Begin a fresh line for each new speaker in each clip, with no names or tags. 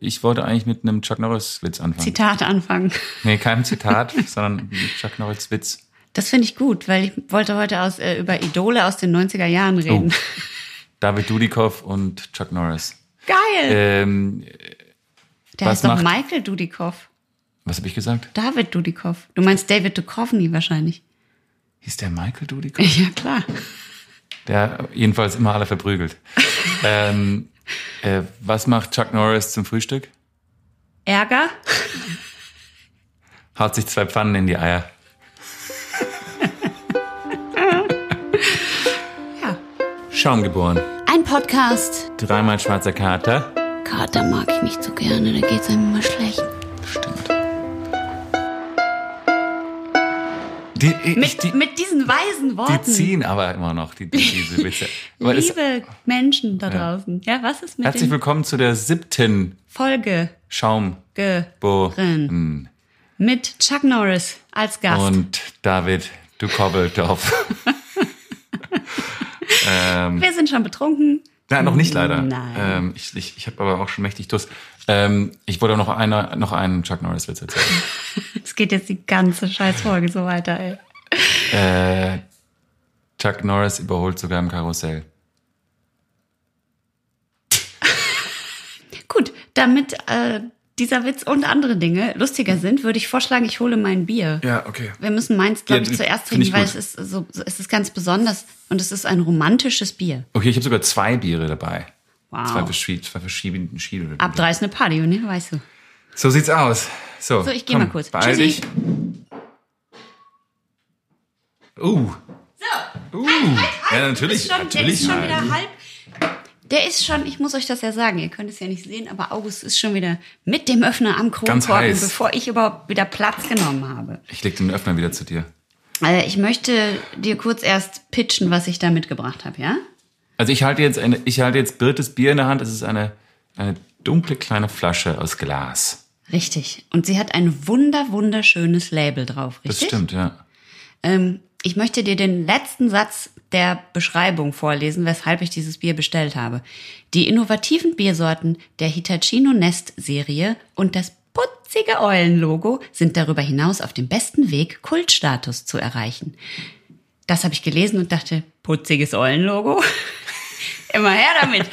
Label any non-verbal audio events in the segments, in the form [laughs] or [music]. Ich wollte eigentlich mit einem Chuck Norris-Witz anfangen.
Zitat anfangen.
Nee, keinem Zitat, sondern mit Chuck Norris-Witz.
Das finde ich gut, weil ich wollte heute aus, äh, über Idole aus den 90er
Oh.
Jahren reden. [laughs]
David Dudikoff und Chuck Norris.
Geil!
Ähm,
Der
was
heißt doch
macht-
Michael Dudikoff.
was habe ich gesagt?
David Dudikoff. Du meinst David Duchovny wahrscheinlich. [laughs]
Hieß der Michael Dudikoff?
Ja, klar.
Der jedenfalls immer alle verprügelt. ähm, äh, was macht Chuck Norris zum Frühstück?
Ärger?
Haut sich zwei Pfannen in die Eier.
Ja.
Schaum geboren.
Ein Podcast.
Dreimal schwarzer Kater.
Kater mag ich nicht so gerne, da geht's einem immer schlecht.
Stimmt. Die, ich,
Mit,
die,
mit diesen weisen
die
Worten.
ziehen aber immer noch die, die,
[laughs]
diese Witze. Aber es-
Liebe Menschen da draußen. Ja, was ist mit
herzlich
den
willkommen zu der siebten
Folgeren?
Schaumbohren
Mit Chuck Norris als Gast.
und David Dukobeldorf.
Wir sind schon betrunken.
[laughs] Nein, noch nicht leider.
Nein.
Ähm, ich ich, ich habe aber auch schon mächtig Durst. Ähm, ich wollte noch, eine, noch einen Chuck Norris-Witz erzählen.
[laughs] Es geht jetzt die ganze Scheißfolge so weiter, ey.
Äh, Chuck Norris überholt sogar im Karussell.
Gut, damit äh, dieser Witz und andere Dinge lustiger sind, würde ich vorschlagen, ich hole mein Bier.
Ja, okay.
Wir müssen meins, glaube
Ja,
ich, zuerst
find ich
trinken, weil es
gut.
ist, so, so, es ist ganz besonders und es ist ein romantisches Bier.
Okay, ich habe sogar zwei Biere dabei.
Wow.
Zwei verschiedene, zwei verschiedene Schiedel.
Ab drei ist eine Party, ne? Weißt du.
So sieht's aus. So,
So, ich geh
komm,
mal kurz.
Beeil
Tschüssi.
dich. Uh,
So, Halt,
uh. ja, natürlich, natürlich mal.
halb. Der ist schon, ich muss euch das ja sagen, ihr könnt es ja nicht sehen, aber August ist schon wieder mit dem Öffner am
Ganz
Kronkorken,
heiß.
bevor ich überhaupt wieder Platz genommen habe.
Ich leg den Öffner wieder zu dir.
Also ich möchte dir kurz erst pitchen, was ich da mitgebracht habe, ja?
Also ich halte jetzt, eine, ich halte jetzt Birtes Bier in der Hand. Es ist eine, eine dunkle kleine Flasche aus Glas.
Richtig. Und sie hat ein wunder, wunderschönes Label drauf,
Das
richtig?
stimmt, ja.
Ähm, ich möchte dir den letzten Satz der Beschreibung vorlesen, weshalb ich dieses Bier bestellt habe. Die innovativen Biersorten der Hitachino Nest Serie und das putzige Eulenlogo sind darüber hinaus auf dem besten Weg, Kultstatus zu erreichen. Das habe ich gelesen und dachte, putziges Eulenlogo? [laughs] Immer her
[laughs]
damit.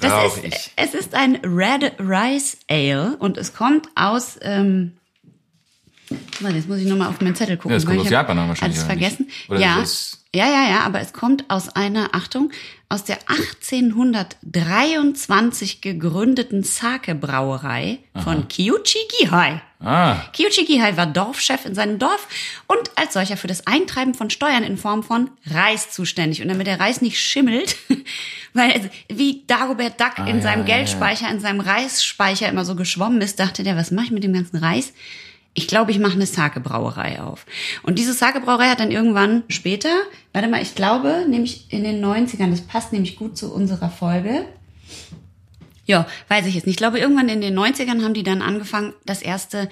Brauch
ist,
ich.
Es ist ein Red Rice Ale und es kommt aus. Ähm, Warte, jetzt muss ich nochmal auf meinen Zettel gucken.
Ja, es kommt
weil
aus
ich hab
Japan dann wahrscheinlich,
Alles
oder nicht?
vergessen.
Oder
ja,
ist
ja, ja, ja, aber es kommt aus einer, Achtung, aus der 1823 gegründeten Sake-Brauerei von Kyuchi Gihai.
Ah,
Kyuchi Gihai war Dorfchef in seinem Dorf und als solcher für das Eintreiben von Steuern in Form von Reis zuständig. Und damit der Reis nicht schimmelt, [laughs] weil es- wie Dagobert Duck in
Ah, ja,
seinem
ja,
Geldspeicher, in seinem Reisspeicher immer so geschwommen ist, dachte der, was mache ich mit dem ganzen Reis? Ich glaube, ich mache eine Sake-Brauerei auf. Und diese Sake-Brauerei hat dann irgendwann später, warte mal, ich glaube, nämlich in den 90ern, das passt nämlich gut zu unserer Folge, ja, weiß ich jetzt nicht. Ich glaube, irgendwann in den 90ern haben die dann angefangen, das erste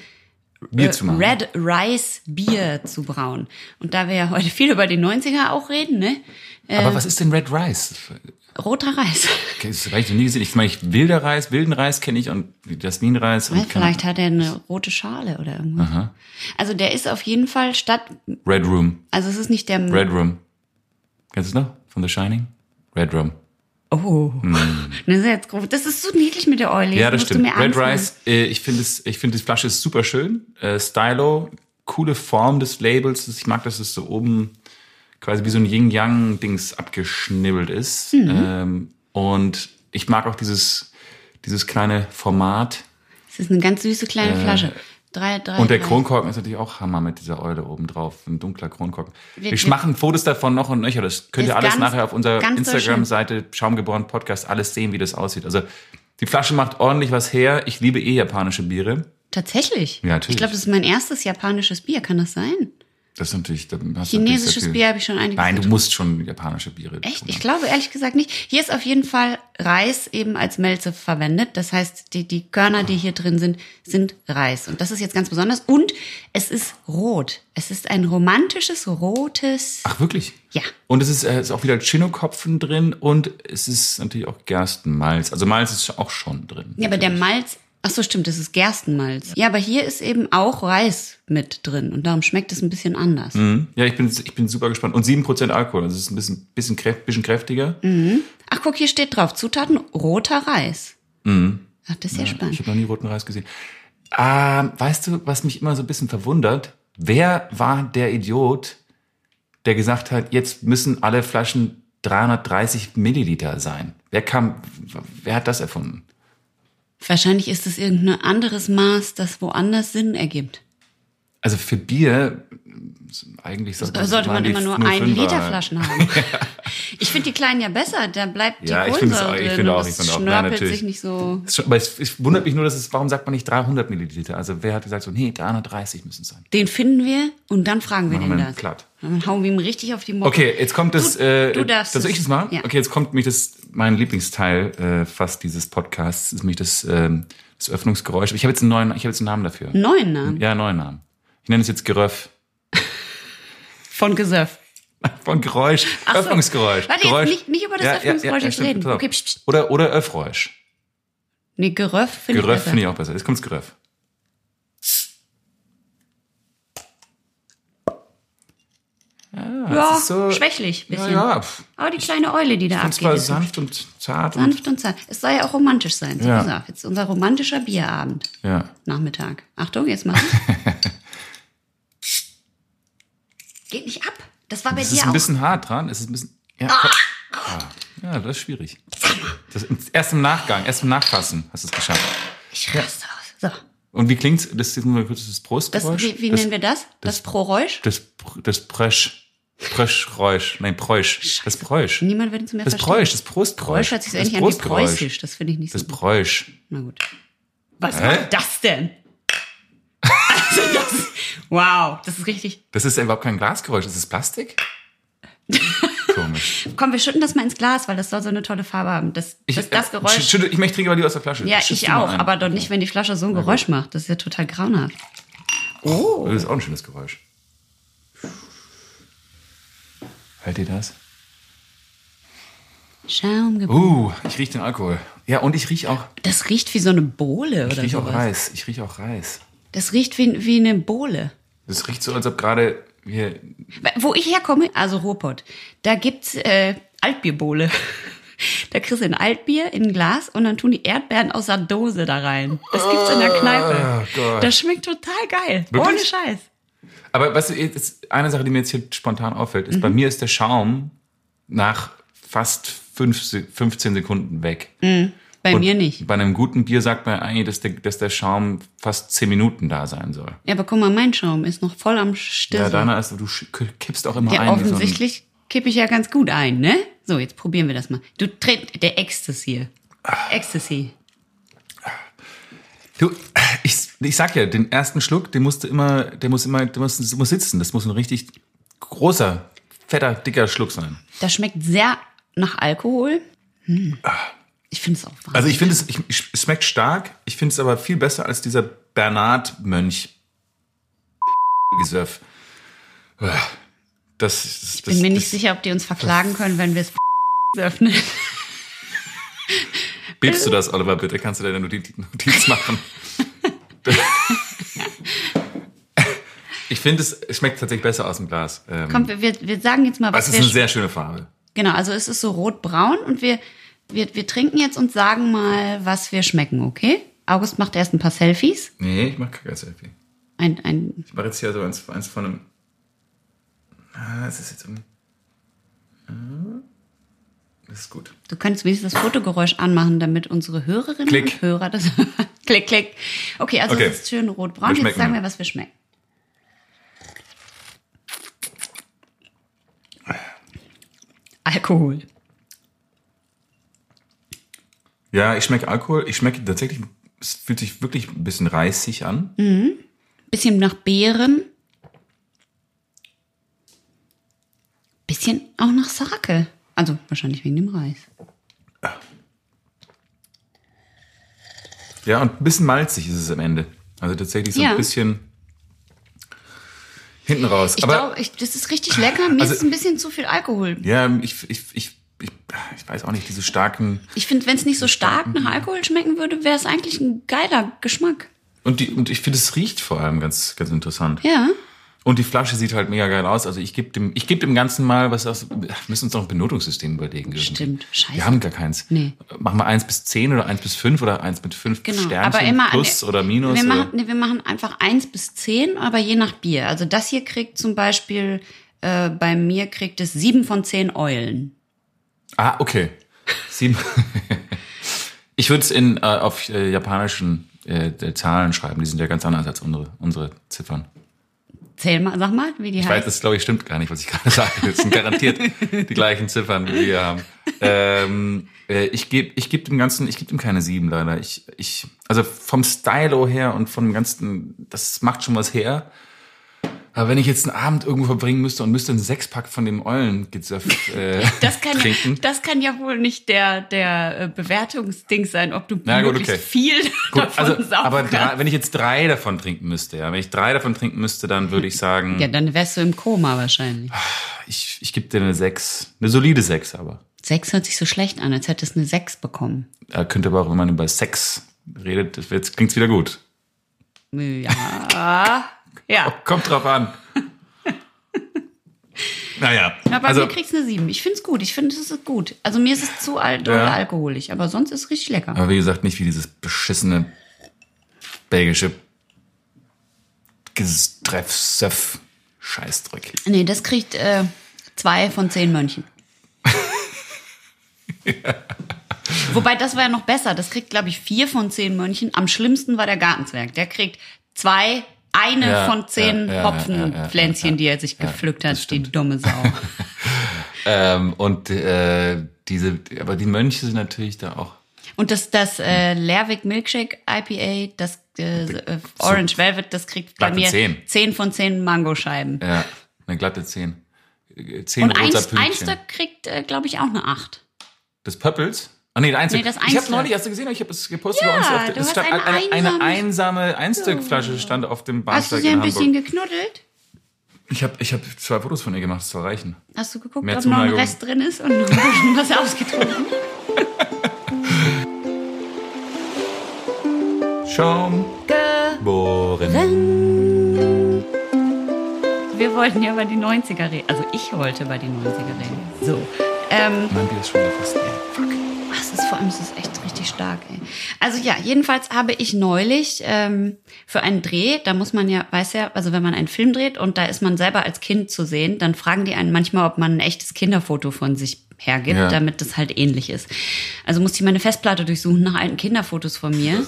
Bier
äh,
zu machen.
Red Rice Bier zu brauen. Und da wir ja heute viel über die 90er auch reden, ne?
aber was ist denn Red Rice? [laughs]
Roter Reis.
Okay, Das habe ich noch nie gesehen. Ich meine, ich, wilder Reis, wilden Reis kenne ich und Jasminreis. Und keine-
Vielleicht hat er eine rote Schale oder irgendwas. Also der ist auf jeden Fall statt,
Red Room.
also es ist nicht der,
Red Room. Kennst du es noch? Von The Shining? Red Room.
oh, [laughs] das ist jetzt grob. Das ist so niedlich mit der Eule.
Mm. Ja, das
musst du
stimmt.
mir
Red
Angst machen.
Rice, äh, ich finde es- ich finde die Flasche ist super schön. Äh, Stylo, coole Form des Labels. Ich mag, dass es so oben quasi wie so ein Yin-Yang-Dings abgeschnibbelt ist.
Mhm.
Ähm, und ich mag auch dieses, dieses kleine Format.
Das ist eine ganz süße kleine Flasche. Drei, drei.
Äh. Und der
drei.
Kronkorken ist natürlich auch Hammer mit dieser Eule oben drauf. Ein dunkler Kronkorken. Wir,
Wirklich.
machen Fotos davon noch und nöcher. Das könnt
Ist
ihr alles
ganz-
nachher auf unserer
ganz so schön.
Instagram-Seite Schaumgeboren Podcast alles sehen, wie das aussieht. Also die Flasche macht ordentlich was her. Ich liebe eh japanische Biere.
Tatsächlich?
Ja, natürlich.
Ich glaube, das ist mein erstes japanisches Bier. Kann das sein?
Das ist natürlich. Dann hast du natürlich sehr
Chinesisches
viel-
Bier habe ich schon einiges
Nein, du
getrunken.
musst schon japanische Biere.
Echt?
getrunken
Ich glaube ehrlich gesagt nicht. Hier ist auf jeden Fall Reis eben als Melze verwendet. Das heißt, die, die Körner, die hier drin sind, sind Reis. Und das ist jetzt ganz besonders. Und es ist rot. Es ist ein romantisches, rotes.
Ach, wirklich?
Ja.
Und es ist, äh, ist auch wieder Chino-Kopfen drin und es ist natürlich auch Gerstenmalz. Also Malz ist auch schon drin.
Ja, aber der Malz. Ach so, stimmt, das ist Gerstenmalz. Ja, aber hier ist eben auch Reis mit drin. Und darum schmeckt es ein bisschen anders.
Mhm. Ja, ich bin, ich bin super gespannt. Und 7% Alkohol, also es ist ein bisschen, bisschen, kräft, bisschen kräftiger.
Ach, guck, hier steht drauf. Zutaten roter Reis. Ach, das ist ja, spannend.
Ich habe noch nie roten Reis gesehen. Ähm, weißt du, was mich immer so ein bisschen verwundert? Wer war der Idiot, der gesagt hat, jetzt müssen alle Flaschen 330 Milliliter sein? Wer kam, wer hat das erfunden?
Wahrscheinlich ist es irgendein anderes Maß, das woanders Sinn ergibt.
Also für Bier, äh, eigentlich sollte man,
Sollte man
die
immer nur, ein
Fünfer-
Liter
[laughs]
Flaschen haben. ich finde die kleinen ja besser, da bleibt die
Ja, ich find's
Kohlensäure
auch- ich
drin
find
und
auch, ich
es
find auch. Nein,
schnörpelt
natürlich.
sich nicht so.
Ist schon- Aber es, es wundert mich nur, dass es, warum sagt man nicht 300 Milliliter? Also wer hat gesagt so, nee, 330 müssen es sein.
Den finden wir und dann fragen wir
Machen wir
den
einen
das.
Platt.
Dann hauen wir ihm richtig auf die Mucke.
Okay, jetzt kommt das.
Du-
äh,
du darfst
das soll
es.
ich das mal?
Ja.
Okay, jetzt kommt mich das mein Lieblingsteil äh, fast dieses Podcasts ist mich das ähm, das Öffnungsgeräusch. Ich habe jetzt einen neuen, ich habe jetzt einen Namen dafür.
Neuen Namen
Ja, einen neuen Namen. Ich nenne es jetzt Geröff.
von Gesöff.
Von Geräusch.
Ach so.
Öffnungsgeräusch.
Warte, jetzt
Geräusch.
nicht- nicht über das Öffnungsgeräusch jetzt
stimmt.
reden.
Pass auf.
Okay, pst, pst.
Oder oder Öffräusch.
Nee, Geröff finde ich
Geröff
besser.
finde ich auch besser. Jetzt kommt's Geröff.
ja,
ist so-
schwächlich
Ja,
bisschen.
ja. pf.
Aber die kleine Eule, die da
Und zwar
abgeht, ist
sanft und zart und
sanft und zart. Es soll ja auch romantisch sein. So,
Ja.
pass auf, jetzt unser romantischer Bierabend.
ja.
Nachmittag. Achtung, jetzt
[laughs]
mal. Geht nicht ab. Das war bei
Es ist ein
dir auch. Ah!
bisschen hart dran. Es ist ein bisschen. Ja, komm. Ah, ja, das ist schwierig. Das, erst im Nachgang, erst im Nachfassen hast du es geschafft.
Ich raste aus. So.
Und wie klingt's? Das ist nur kurz das
Das,
Brustgeräusch.
wie wie
das,
nennen wir das? Das, Proräusch?
das, Pr- das Prösch. Pröschräusch. Nein, Preusch. Das Preusch.
Niemand wird es mehr
Das
verstehen.
Preusch, das Brustgeräusch.
Preusch hört sich so
Das
ähnlich an wie
Brustgeräusch.
preußisch. Das finde ich nicht
Das
so gut.
Preusch.
Na gut. Was
Hä?
war das denn? also das, wow, das ist richtig.
Das ist ja überhaupt kein Glasgeräusch. Das ist
[laughs]
Plastik? Komisch.
Komm, wir schütten das mal ins Glas, weil das soll so eine tolle Farbe haben. Das, das, das
äh,
Geräusch.
schütte- ich möchte trinken lieber aus der Flasche.
ja,
Schütz
ich
du mal
auch,
ein.
aber doch nicht, wenn die Flasche so ein Geräusch macht. Das ist ja total grauenhaft. Oh.
Das ist auch ein schönes Geräusch. Hört ihr das?
Schaum
Uh, ich rieche den Alkohol. Ja, und ich rieche auch, also
Das riecht wie so eine Bohle
ich
oder
riech auch
sowas.
Reis. Ich rieche auch Reis.
Das riecht wie, wie eine Bohle.
Das riecht so, als ob gerade wir.
Wo ich herkomme, also Ruhrpott, da gibt's äh, Altbierbohle. [laughs] Da kriegst du ein Altbier in ein Glas und dann tun die Erdbeeren aus der Dose da rein. Das gibt's in der Kneipe.
Ah, oh Gott.
Das schmeckt total geil.
Wirklich?
Ohne Scheiß.
Aber weißt du, jetzt, eine Sache, die mir jetzt hier spontan auffällt, ist, bei mir ist der Schaum nach fast fünf, Se- 15 Sekunden weg.
Bei
Und
mir nicht.
Bei einem guten Bier sagt man eigentlich, dass der, dass der Schaum fast 10 Minuten da sein soll.
Ja, aber guck mal, mein Schaum ist noch voll am
Ja,
Stissen.
deiner ist, du sch- kippst auch immer
Ja,
ein. wie so ein-
offensichtlich kippe ich ja ganz gut ein, ne? So, jetzt probieren wir das mal. Du tritt der Ecstasy. Ecstasy.
Du, ich, ich sag ja, den ersten Schluck, den musst du immer, der muss immer, der muss, der muss sitzen. Das muss ein richtig großer, fetter, dicker Schluck sein.
Das schmeckt sehr nach Alkohol. Hm.
Ah.
Ich finde es auch wahnsinnig.
Also ich finde es, ich, es schmeckt stark. Ich finde es aber viel besser als dieser Bernard Mönch. Gesöff. Das, das, ich
bin mir nicht sicher, ob die uns verklagen können, wenn wir es [laughs] öffnen.
Bebst du das, Oliver, bitte? Kannst du deine Notiz, Notiz
[laughs]
machen? ich finde, es es schmeckt tatsächlich besser aus dem Glas. Ähm,
Komm, wir, wir wir sagen jetzt mal,
aber Also es
was
ist eine
wir.
sehr schöne Farbe.
Genau, also es ist so rot-braun und wir, wir, wir trinken jetzt und sagen mal, was wir schmecken, okay? August macht erst ein paar Selfies.
Nee, ich mache kein Selfie.
Ein, ein,
Ich mache jetzt hier so eins, eins von einem. Ah, es ist jetzt um. Ah, Das ist gut.
du könntest wenigstens das Fotogeräusch anmachen, damit unsere Hörerinnen
Klick.
und Hörer das. [laughs] klick, klick. Okay, also
Okay.
es ist schön
Wir
rot-braun. Jetzt
schmecken
sagen
mal.
wir, was wir schmecken. Alkohol.
Ja, ich schmecke Alkohol. Ich schmecke tatsächlich, es fühlt sich wirklich ein bisschen reißig an.
Bisschen nach Beeren. bisschen auch nach Sake. Also wahrscheinlich wegen dem Reis.
Ja, und ein bisschen malzig ist es am Ende. Also tatsächlich so
Ja.
ein bisschen hinten raus.
Ich
Aber
glaube, das ist richtig lecker. Mir
Also-
ist ein bisschen zu viel Alkohol.
ja, ich, ich, ich, ich, ich weiß auch nicht, diese starken.
Ich finde, wenn es nicht so stark nach Alkohol schmecken würde, wäre es eigentlich ein geiler Geschmack.
Und, die, und ich finde, es riecht vor allem ganz, ganz interessant.
Ja.
Und die Flasche sieht halt mega geil aus. Also ich gebe dem, ich gebe dem Ganzen mal was aus. Wir müssen uns noch ein Benotungssystem überlegen. irgendwie.
Stimmt, scheiße.
Wir haben gar keins.
Nee.
Machen wir eins bis zehn oder eins bis fünf oder eins mit fünf
Genau.
Sternchen
aber immer
plus
äh,
oder minus.
Wir machen,
oder,
nee, wir machen einfach eins bis zehn, aber je nach Bier. Also das hier kriegt zum Beispiel äh, bei mir kriegt es sieben von zehn Eulen.
ah, okay. Sieben. [laughs] ich würde es in äh, auf äh, japanischen äh, der Zahlen schreiben. Die sind ja ganz anders als unsere unsere Ziffern.
Zähl mal, sag mal, wie die
Ich weiß,
heißt.
das glaube ich stimmt gar nicht, was ich [laughs] gerade sage. Das sind garantiert die gleichen Ziffern, die wir haben. Ähm, äh, ich gebe ich geb dem Ganzen, ich gebe dem keine sieben leider. Ich, ich, also vom Stylo her und vom Ganzen, das macht schon was her. Aber wenn ich jetzt einen Abend irgendwo verbringen müsste und müsste einen Sechspack von dem Eulen-Gezöff äh,
[laughs] Das kann, ja,
trinken.
das kann ja wohl nicht der, der äh, Bewertungsding sein, ob du
Na gut,
möglichst
okay.
viel
Gut,
davon
also,
saugen
aber
kannst.
drei, wenn ich jetzt drei davon trinken müsste, ja, wenn ich drei davon trinken müsste, dann würde ich sagen,
Ja, dann wärst du im Koma wahrscheinlich.
ich, ich gebe dir eine sechs, eine solide sechs aber.
Sechs hört sich so schlecht an, als hättest du eine Sechs bekommen.
Er äh, könnte aber auch, wenn man über Sex redet, das- jetzt klingt's wieder gut.
Ja. ja.
Kommt drauf an. naja,
[laughs] Aber
also
mir kriegst du eine Sieben. Ich find's gut. Ich finde, es ist gut. Also mir ist es zu al doll
Ja.
alkoholisch, aber sonst ist es richtig lecker.
aber wie gesagt, nicht wie dieses beschissene belgische Treffsöff Scheißdreck.
Nee, das kriegt äh, zwei von
[laughs]
zehn Mönchen. Wobei, das war ja noch besser. Das kriegt, glaube ich, vier von zehn Mönchen. Am schlimmsten war der Gartenzwerg. Der kriegt zwei, eine
Ja,
von zehn
ja, ja, ja, ja, ja,
Hopfenpflänzchen,
ja.
die er sich gepflückt
das
hat, die
stimmt.
dumme Sau.
[laughs] Ähm, und äh, diese, aber die Mönche sind natürlich da auch.
Und das, das äh, Lerwick Milkshake IPA, das äh, äh, Orange Velvet, das kriegt bei
Glatte
mir
Zehn.
zehn von zehn Mangoscheiben.
Ja, eine glatte Zehn. Äh, Zehn
Und
rosa
eins,
Pünktchen.
eins da kriegt, äh, glaube ich, auch eine acht.
Des Pöppels? Ah nee, der Einzel.
Nee, das
Ich habe
Einzel.
neulich, hast du gesehen, ich habe es gepostet
Ja,
bei uns. Auf der,
du
es
hast
stand
eine
eine, eine
einsame-
einsame Einzelflasche stand auf dem
Hast du
Bahnsteig
sie
in
ein
Hamburg.
bisschen geknuddelt?
ich habe ich hab zwei Fotos von ihr gemacht, das soll reichen.
Hast du geguckt,
Mehr
ob noch ein
Zuneigung.
Rest drin ist und noch ein bisschen was ausgetrunken?
Schaum. Bohren.
Wir wollten ja über die 90er reden. Also ich wollte über die 90er reden. So. Ähm,
Mein Bier ist schon wieder fast leer. Fuck.
Was ist vor allem, es ist echt richtig stark. Ey. Also ja, jedenfalls habe ich neulich ähm, für einen Dreh, da muss man ja, weiß ja, also wenn man einen Film dreht und da ist man selber als Kind zu sehen, dann fragen die einen manchmal, ob man ein echtes Kinderfoto von sich hergibt,
Ja.
damit das halt ähnlich ist. Also musste ich meine Festplatte durchsuchen nach alten Kinderfotos von mir.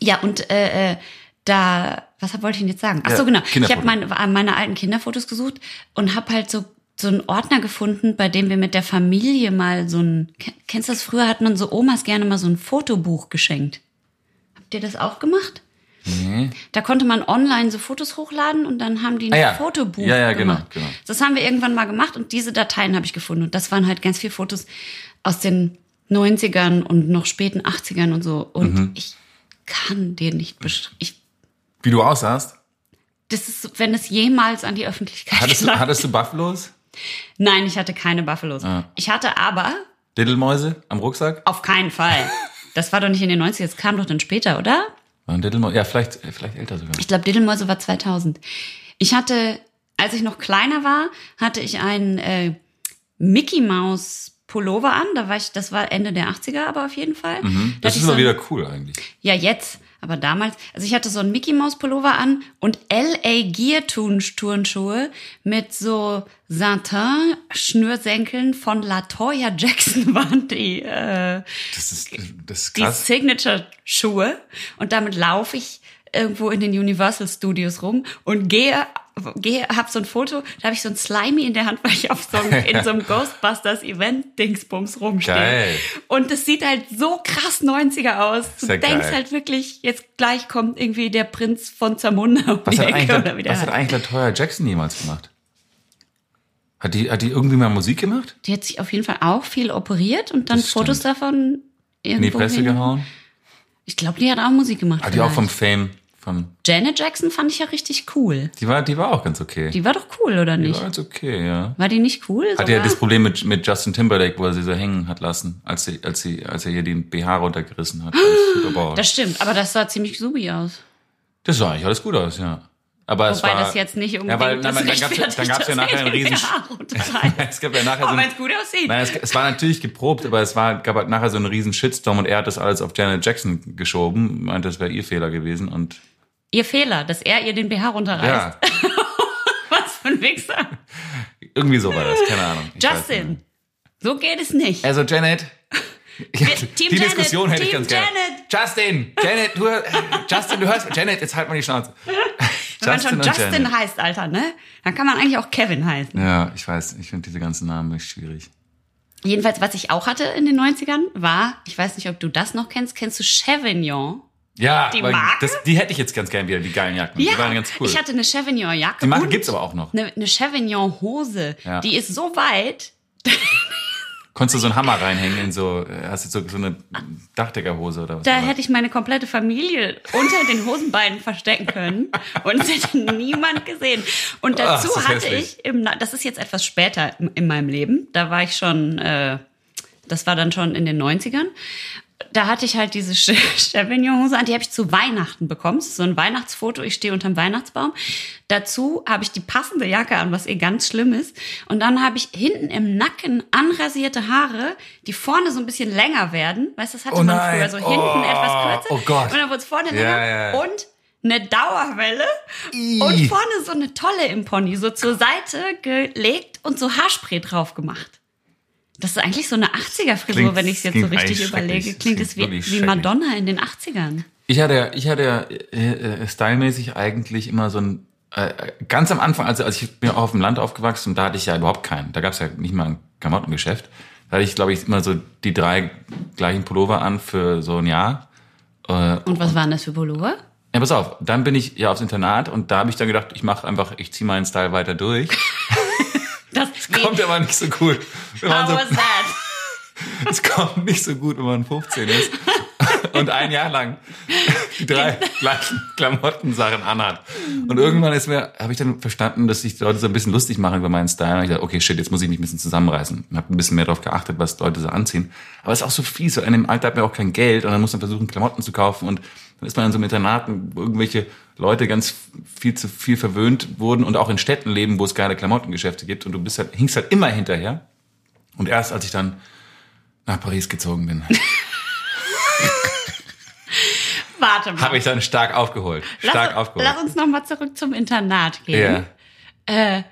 Ja, und äh, äh, da, was hab- wollte ich denn jetzt sagen? Ach so,
Ja,
genau. Ich habe
Kinderfoto.
meine, meine alten Kinderfotos gesucht und habe halt so so einen Ordner gefunden, bei dem wir mit der Familie mal so ein, Ken- kennst du das, früher hat man so Omas gerne mal so ein Fotobuch geschenkt. Habt ihr das auch gemacht?
Nee.
Da konnte man online so Fotos hochladen und dann haben die ein
Ah ja.
Fotobuch
Ja, ja, genau,
gemacht.
genau.
Das haben wir irgendwann mal gemacht und diese Dateien habe ich gefunden. Und das waren halt ganz viele Fotos aus den 90ern und noch späten 80ern und so. Und
Mhm.
ich kann dir nicht beschreiben.
Wie du aussahst.
Das ist, so, wenn es jemals an die Öffentlichkeit
Hattest du,
gelangt.
hattest du Buffalos?
Nein, ich hatte keine Buffalos.
Ah.
Ich hatte aber
Diddlemäuse am Rucksack?
auf
[laughs]
keinen Fall. Das war doch nicht in den 90ern, das kam doch dann später, oder?
Waren Diddlemäuse? Ja, vielleicht, äh, vielleicht älter sogar.
Ich glaube, Diddlemäuse war 2000. Ich hatte, als ich noch kleiner war, hatte ich einen äh, Mickey Mouse Pullover an. Da war ich, das war Ende der 80er, aber auf jeden Fall. Da
Mhm. Das
hatte
ist
ich so
doch
ein-
wieder cool eigentlich.
Ja, jetzt. Aber damals, also ich hatte so einen Mickey Mouse Pullover an und LA Gear Turnschuhe mit so Satin Schnürsenkeln von Latoya Jackson [laughs] waren die äh,
Das ist, das ist
die
krass.
Signature-Schuhe und damit laufe ich irgendwo in den Universal Studios rum und gehe, gehe hab so ein Foto, da habe ich so ein Slimy in der Hand, weil ich auf so einem, in
[laughs]
so einem Ghostbusters-Event-Dingsbums rumstehe.
Geil.
Und es sieht halt so krass 90er aus. Du
Ist ja
denkst
geil.
halt wirklich, jetzt gleich kommt irgendwie der Prinz von Zamunda um
Was
die
hat
Ecke
eigentlich,
oder
La-
wieder.
was hat eigentlich LaToya Jackson jemals gemacht? Hat die, hat die irgendwie mal Musik gemacht?
Die hat sich auf jeden Fall auch viel operiert und dann
Das
Fotos
stimmt.
davon
In
irgendwo
die Presse
hin-
gehauen?
Ich glaube, die hat auch Musik gemacht.
Hat Ah, die auch vom
vielleicht.
Fame, von,
Janet Jackson fand ich ja richtig cool.
die war, die war auch ganz okay.
Die war doch cool, oder
Die
nicht?
war ganz okay, ja.
War die nicht cool?
Hatte ja
sogar?
das Problem mit, mit Justin Timberlake, wo er sie so hängen hat lassen, als sie, als sie, als er ihr den BH runtergerissen hat. beim Super Bowl.
das stimmt, aber das sah ziemlich subi aus.
Das sah eigentlich alles gut aus, ja. Aber es
Wobei
war,
das jetzt nicht
ja,
unbedingt
weil,
das
nein, dann gab's, ja- dann gab's ja nachher einen
[laughs]
riesen [laughs] es gab ja nachher so
Aber
einen,
wenn es gut aussieht.
nein, es, es war natürlich geprobt, aber es war gab halt nachher so einen riesen Shitstorm und er hat das alles auf Janet Jackson geschoben, meint, das wäre ihr Fehler gewesen und
Ihr Fehler, dass er ihr den BH runterreißt.
ja,
Was für ein Wichser.
irgendwie so war das, keine Ahnung. Ich weiß nicht mehr.
Justin, so geht es nicht.
Also Janet,
Team
die
Janet,
Diskussion hätte ich
Team
ganz gerne. Justin, Janet, du,
[laughs]
hör- Justin, du hörst, Janet, jetzt halt mal die Schnauze.
Wenn
[laughs]
man schon
und
Justin
Janet.
heißt, Alter, ne? Dann kann man eigentlich auch Kevin heißen.
Ja, ich weiß, ich finde diese ganzen Namen echt schwierig.
Jedenfalls, was ich auch hatte in den 90ern, war, ich weiß nicht, ob du das noch kennst, kennst du Chevignon?
Ja,
Die
weil
Marke?
Das, die hätte ich jetzt ganz gern wieder, die geilen Jacken. die waren ganz cool.
ich hatte eine Chevignon-Jacke.
die Marke
und
gibt's aber auch noch.
Eine, eine Chevignon-Hose.
Ja.
Die ist so weit,
Konntest du so einen Hammer reinhängen in so, äh, hast du so, so eine Dachdeckerhose oder was?
Da
auch
hätte ich meine komplette Familie unter den Hosenbeinen verstecken können und es hätte niemand gesehen. Und
Ach,
dazu
ist das
hatte
hässlich.
ich, im, Na- das ist jetzt etwas später in- in meinem Leben, da war ich schon, äh, das war dann schon in den 90ern, da hatte ich halt diese Che- [laughs] Chevignon-Hose an, die habe ich zu Weihnachten bekommen. Das ist so ein Weihnachtsfoto, ich stehe unterm Weihnachtsbaum. Dazu habe ich die passende Jacke an, was eh ganz schlimm ist. Und dann habe ich hinten im Nacken anrasierte Haare, die vorne so ein bisschen länger werden. Weißt du, das hatte
Oh
man
nein.
früher so hinten
Oh,
etwas kürzer.
oh Gott.
Und dann wurde es vorne
Ja, ja,
länger.
ja.
Und eine Dauerwelle
Ih.
und vorne so eine Tolle im Pony, so zur Seite gelegt und so Haarspray drauf gemacht. Das ist eigentlich so eine 80er-Frisur,
Klingt-
wenn ich es jetzt so
klingt
richtig
eigentlich
überlege.
schrecklich.
Klingt es
Klingt
wie,
wirklich
wie
schrecklich.
Madonna in den 80ern.
Ich hatte ja, ich hatte ja äh, äh, stylmäßig eigentlich immer so ein äh, ganz am Anfang, also, also ich bin auch auf dem Land aufgewachsen und da hatte ich ja überhaupt keinen. Da gab's ja nicht mal ein Klamottengeschäft. Da hatte ich, glaube ich, immer so die drei gleichen Pullover an für so ein Jahr.
Und was waren das für Pullover?
Ja, pass auf, dann bin ich ja aufs Internat und da habe ich dann gedacht, ich mache einfach, ich ziehe meinen Style weiter durch. [laughs]
Das
Kommt aber nicht so gut. Wenn man
How
so,
was that?
es kommt nicht so gut, wenn man 15 ist und ein Jahr lang die drei gleichen Klamottensachen anhat. Und irgendwann ist mir, habe ich dann verstanden, dass sich die Leute so ein bisschen lustig machen über meinen Style. Und ich dachte, okay, shit, jetzt muss ich mich ein bisschen zusammenreißen. Und habe ein bisschen mehr darauf geachtet, was Leute so anziehen. Aber es ist auch so fies, weil in dem Alter hat man auch kein Geld und dann muss man versuchen, Klamotten zu kaufen. Und dann ist man in so einem Internat, wo irgendwelche Leute ganz viel zu viel verwöhnt wurden und auch in Städten leben, wo es geile Klamottengeschäfte gibt. Und du bist halt, hinkst halt immer hinterher. Und erst als ich dann nach Paris gezogen [laughs] bin,
Warte mal.
habe ich dann stark aufgeholt. Stark
lass,
aufgeholt.
lass uns nochmal zurück zum Internat gehen.
ja.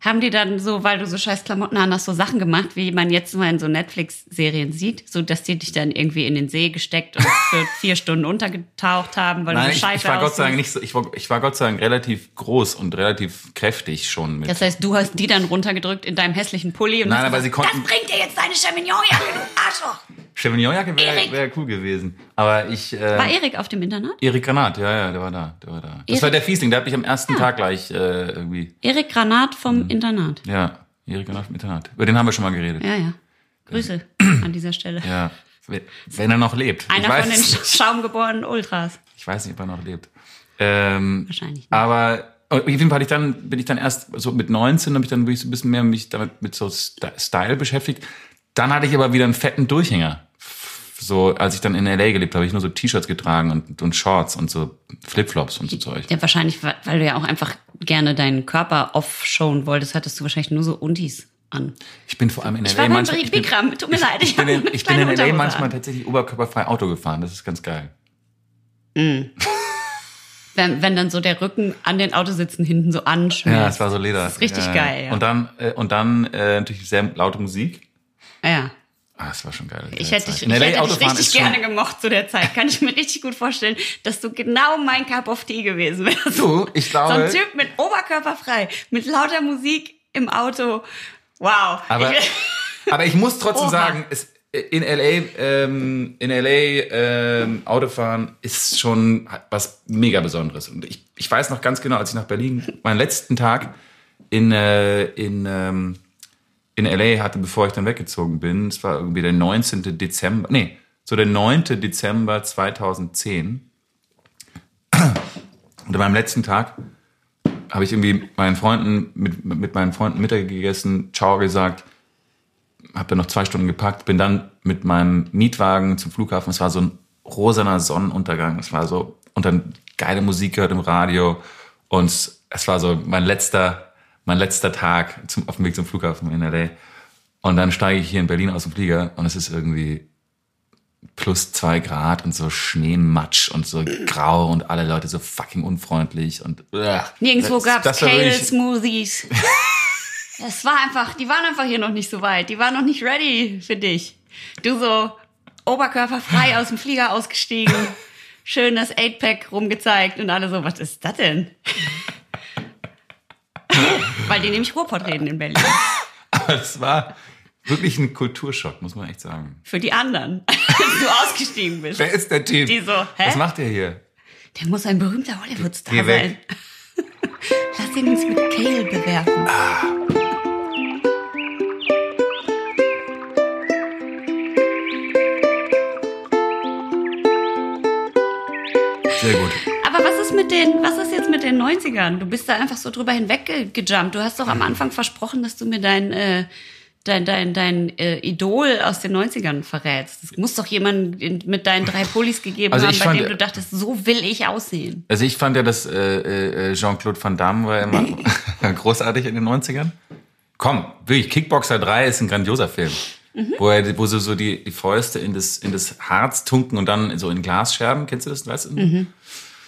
Haben die dann so, weil du so scheiß Klamotten an hast, so Sachen gemacht, wie man jetzt mal in so Netflix-Serien sieht, so dass die dich dann irgendwie in den See gesteckt und
[laughs]
für vier Stunden untergetaucht haben, weil
Nein,
du so
ich,
scheiße
ich war Gott sei Dank
aussiehst.
nicht so, ich war, ich war Gott sei Dank relativ groß und relativ kräftig schon mit.
Das heißt, du hast die dann runtergedrückt in deinem hässlichen Pulli und
Nein,
hast
aber sie konnten-
Das bringt dir jetzt deine Chemignon-Jacke, du Arschloch.
Chevignonjacke wäre
Erik!
wär cool gewesen. Aber ich, äh,
War Erik auf dem Internat?
Erik Granat, ja, ja, der war da, der war da. Das
Erik-
war der Fiesling, der hat mich am ersten Tag gleich, äh, irgendwie,
Erik Granat vom
Mhm.
Internat.
ja, Erik Granat im Internat. Über den haben wir schon mal geredet.
Ja, ja.
[clears throat]
Grüße an dieser Stelle.
Ja. Wenn- Wenn er noch lebt.
Einer
ich weiß,
von den Sch- schaumgeborenen Ultras.
ich weiß nicht, ob er noch lebt. Ähm,
Wahrscheinlich nicht.
Aber auf jeden Fall hatte ich dann, bin ich dann erst so mit 19, habe ich dann wirklich so ein bisschen mehr mich damit mit so St- Style beschäftigt. Dann hatte ich aber wieder einen fetten Durchhänger. So, als ich dann in LA gelebt habe, habe ich nur so T-Shirts getragen und, und Shorts und so Flipflops und so Zeug.
Ja, wahrscheinlich, wa- weil du ja auch einfach gerne deinen Körper off-showen wolltest, hattest du wahrscheinlich nur so Undies an.
Ich bin vor allem in
Ich
LA
war beim
manchmal.
Bri-
Ich bin,
Bikram, tut mir leid.
ich bin in,
habe
ich bin
kleine
in LA
Unterhose
manchmal
an.
tatsächlich oberkörperfrei Auto gefahren. Das ist ganz geil.
Wenn, wenn dann so der Rücken an den Autositzen hinten so anschmiert.
Ja, es war so Leder.
Das ist richtig
ja,
geil, ja.
Und dann, äh, und dann äh, natürlich sehr laute Musik.
ja.
Ah, das war schon geil.
Ich hätte dich, ich
In LA
hätte dich
Autofahren
richtig
ist schon-
gerne gemocht zu der Zeit. Kann ich mir richtig gut vorstellen, dass du genau mein Cup of Tea gewesen wärst.
Du, ich
So
glaube.
ein Typ mit Oberkörper frei, mit lauter Musik im Auto. Wow.
Aber,
Ich-
aber ich muss trotzdem
Oha.
sagen, es, in LA, ähm, in LA ähm, Autofahren ist schon was mega Besonderes. Und ich, ich weiß noch ganz genau, als ich nach Berlin, meinen letzten Tag in, äh, in ähm, in LA hatte, bevor ich dann weggezogen bin. Es war irgendwie der 19. Dezember, nee, so der 9. Dezember 2010. Und an meinem letzten Tag habe ich irgendwie meinen Freunden, mit, mit meinen Freunden Mittag gegessen, Ciao gesagt, habe dann noch zwei Stunden gepackt, bin dann mit meinem Mietwagen zum Flughafen. Es war so ein rosaner Sonnenuntergang. Es war so, und dann geile Musik gehört im Radio. Und es war so mein letzter, mein letzter Tag zum, auf dem Weg zum Flughafen in LA. Und dann steige ich hier in Berlin aus dem Flieger und es ist irgendwie plus zwei Grad und so Schneematsch und so grau und alle Leute so fucking unfreundlich und uah.
Nirgendwo
Das-
gab es
das war wirklich- [laughs]
Kale-Smoothies. Es war einfach, die waren einfach hier noch nicht so weit. Die waren noch nicht ready für dich. Du so
[laughs]
oberkörperfrei aus dem Flieger ausgestiegen, schön das 8-Pack rumgezeigt und alle so, was ist das
[laughs]
denn? Weil die nämlich Ruhrpott reden in Berlin.
Es war wirklich ein Kulturschock, muss man echt sagen.
Für die anderen, [laughs] als du ausgestiegen bist.
Wer ist der Typ?
Die so, hä?
Was macht der hier?
Der muss ein berühmter Hollywood-Star
Geh
sein. [laughs]
weg.
Lass ihn uns mit Kale bewerfen.
Sehr gut.
Aber was ist mit den, was ist jetzt mit den 90ern? Du bist da einfach so drüber hinweggejumpt. Du hast doch am Anfang versprochen, dass du mir dein, äh, dein, dein, dein äh, Idol aus den 90ern verrätst. Es muss doch jemanden in, mit deinen drei Polis gegeben
Also
haben,
ich
bei
fand-
dem du dachtest, so will ich aussehen.
Also ich fand ja, dass äh, äh, Jean-Claude Van Damme war immer [laughs] großartig in den 90ern. Komm, wirklich, Kickboxer 3 ist ein grandioser Film.
Mhm.
Wo, er, wo sie so die, die Fäuste in das, in das Harz tunken und dann so in Glasscherben. Kennst du das? Weißt du?
Mhm.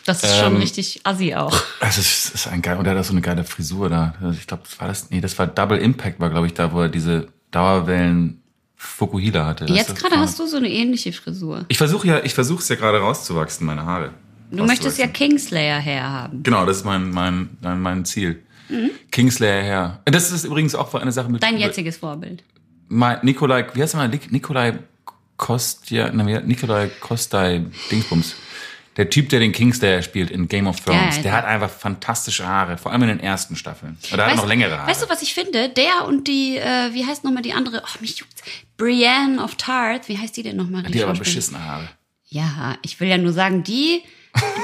Das ist
Ähm,
schon richtig assi
[laughs]
auch.
Das ist, ist ein geil, oder das ist so eine geile Frisur da. Also Ich glaube, das war das. Nee, das war Double Impact, war, glaube ich, da, wo er diese Dauerwellen Fukuhila hatte.
Jetzt gerade hast du so eine ähnliche Frisur.
Ich versuche ja, ich versuche es ja gerade rauszuwachsen, meine Haare.
Du möchtest ja
Rauszuwachsen.
Kingslayer herhaben.
Genau, das ist mein, mein, mein, mein Ziel. Kingslayer her. Das ist übrigens auch eine Sache mit.
Dein jetziges Vorbild.
Mein, Nikolai, wie heißt er mal? Nik- Nikolai Kostja, na, wie- Nikolai Kostai Dingsbums. Der Typ, der den Kingslayer spielt in Game of Thrones,
ja.
der hat einfach fantastische Haare, vor allem in den ersten Staffeln. Oder hat er
Weißt-
noch längere Haare.
Weißt du, was ich finde? Der und die, äh, wie heißt nochmal die andere? Oh, mich juckt's. Brienne of Tarth, wie heißt die denn nochmal?
Die hat aber
Schauspielerin?
beschissene Haare.
Ja, ich will ja nur sagen, die,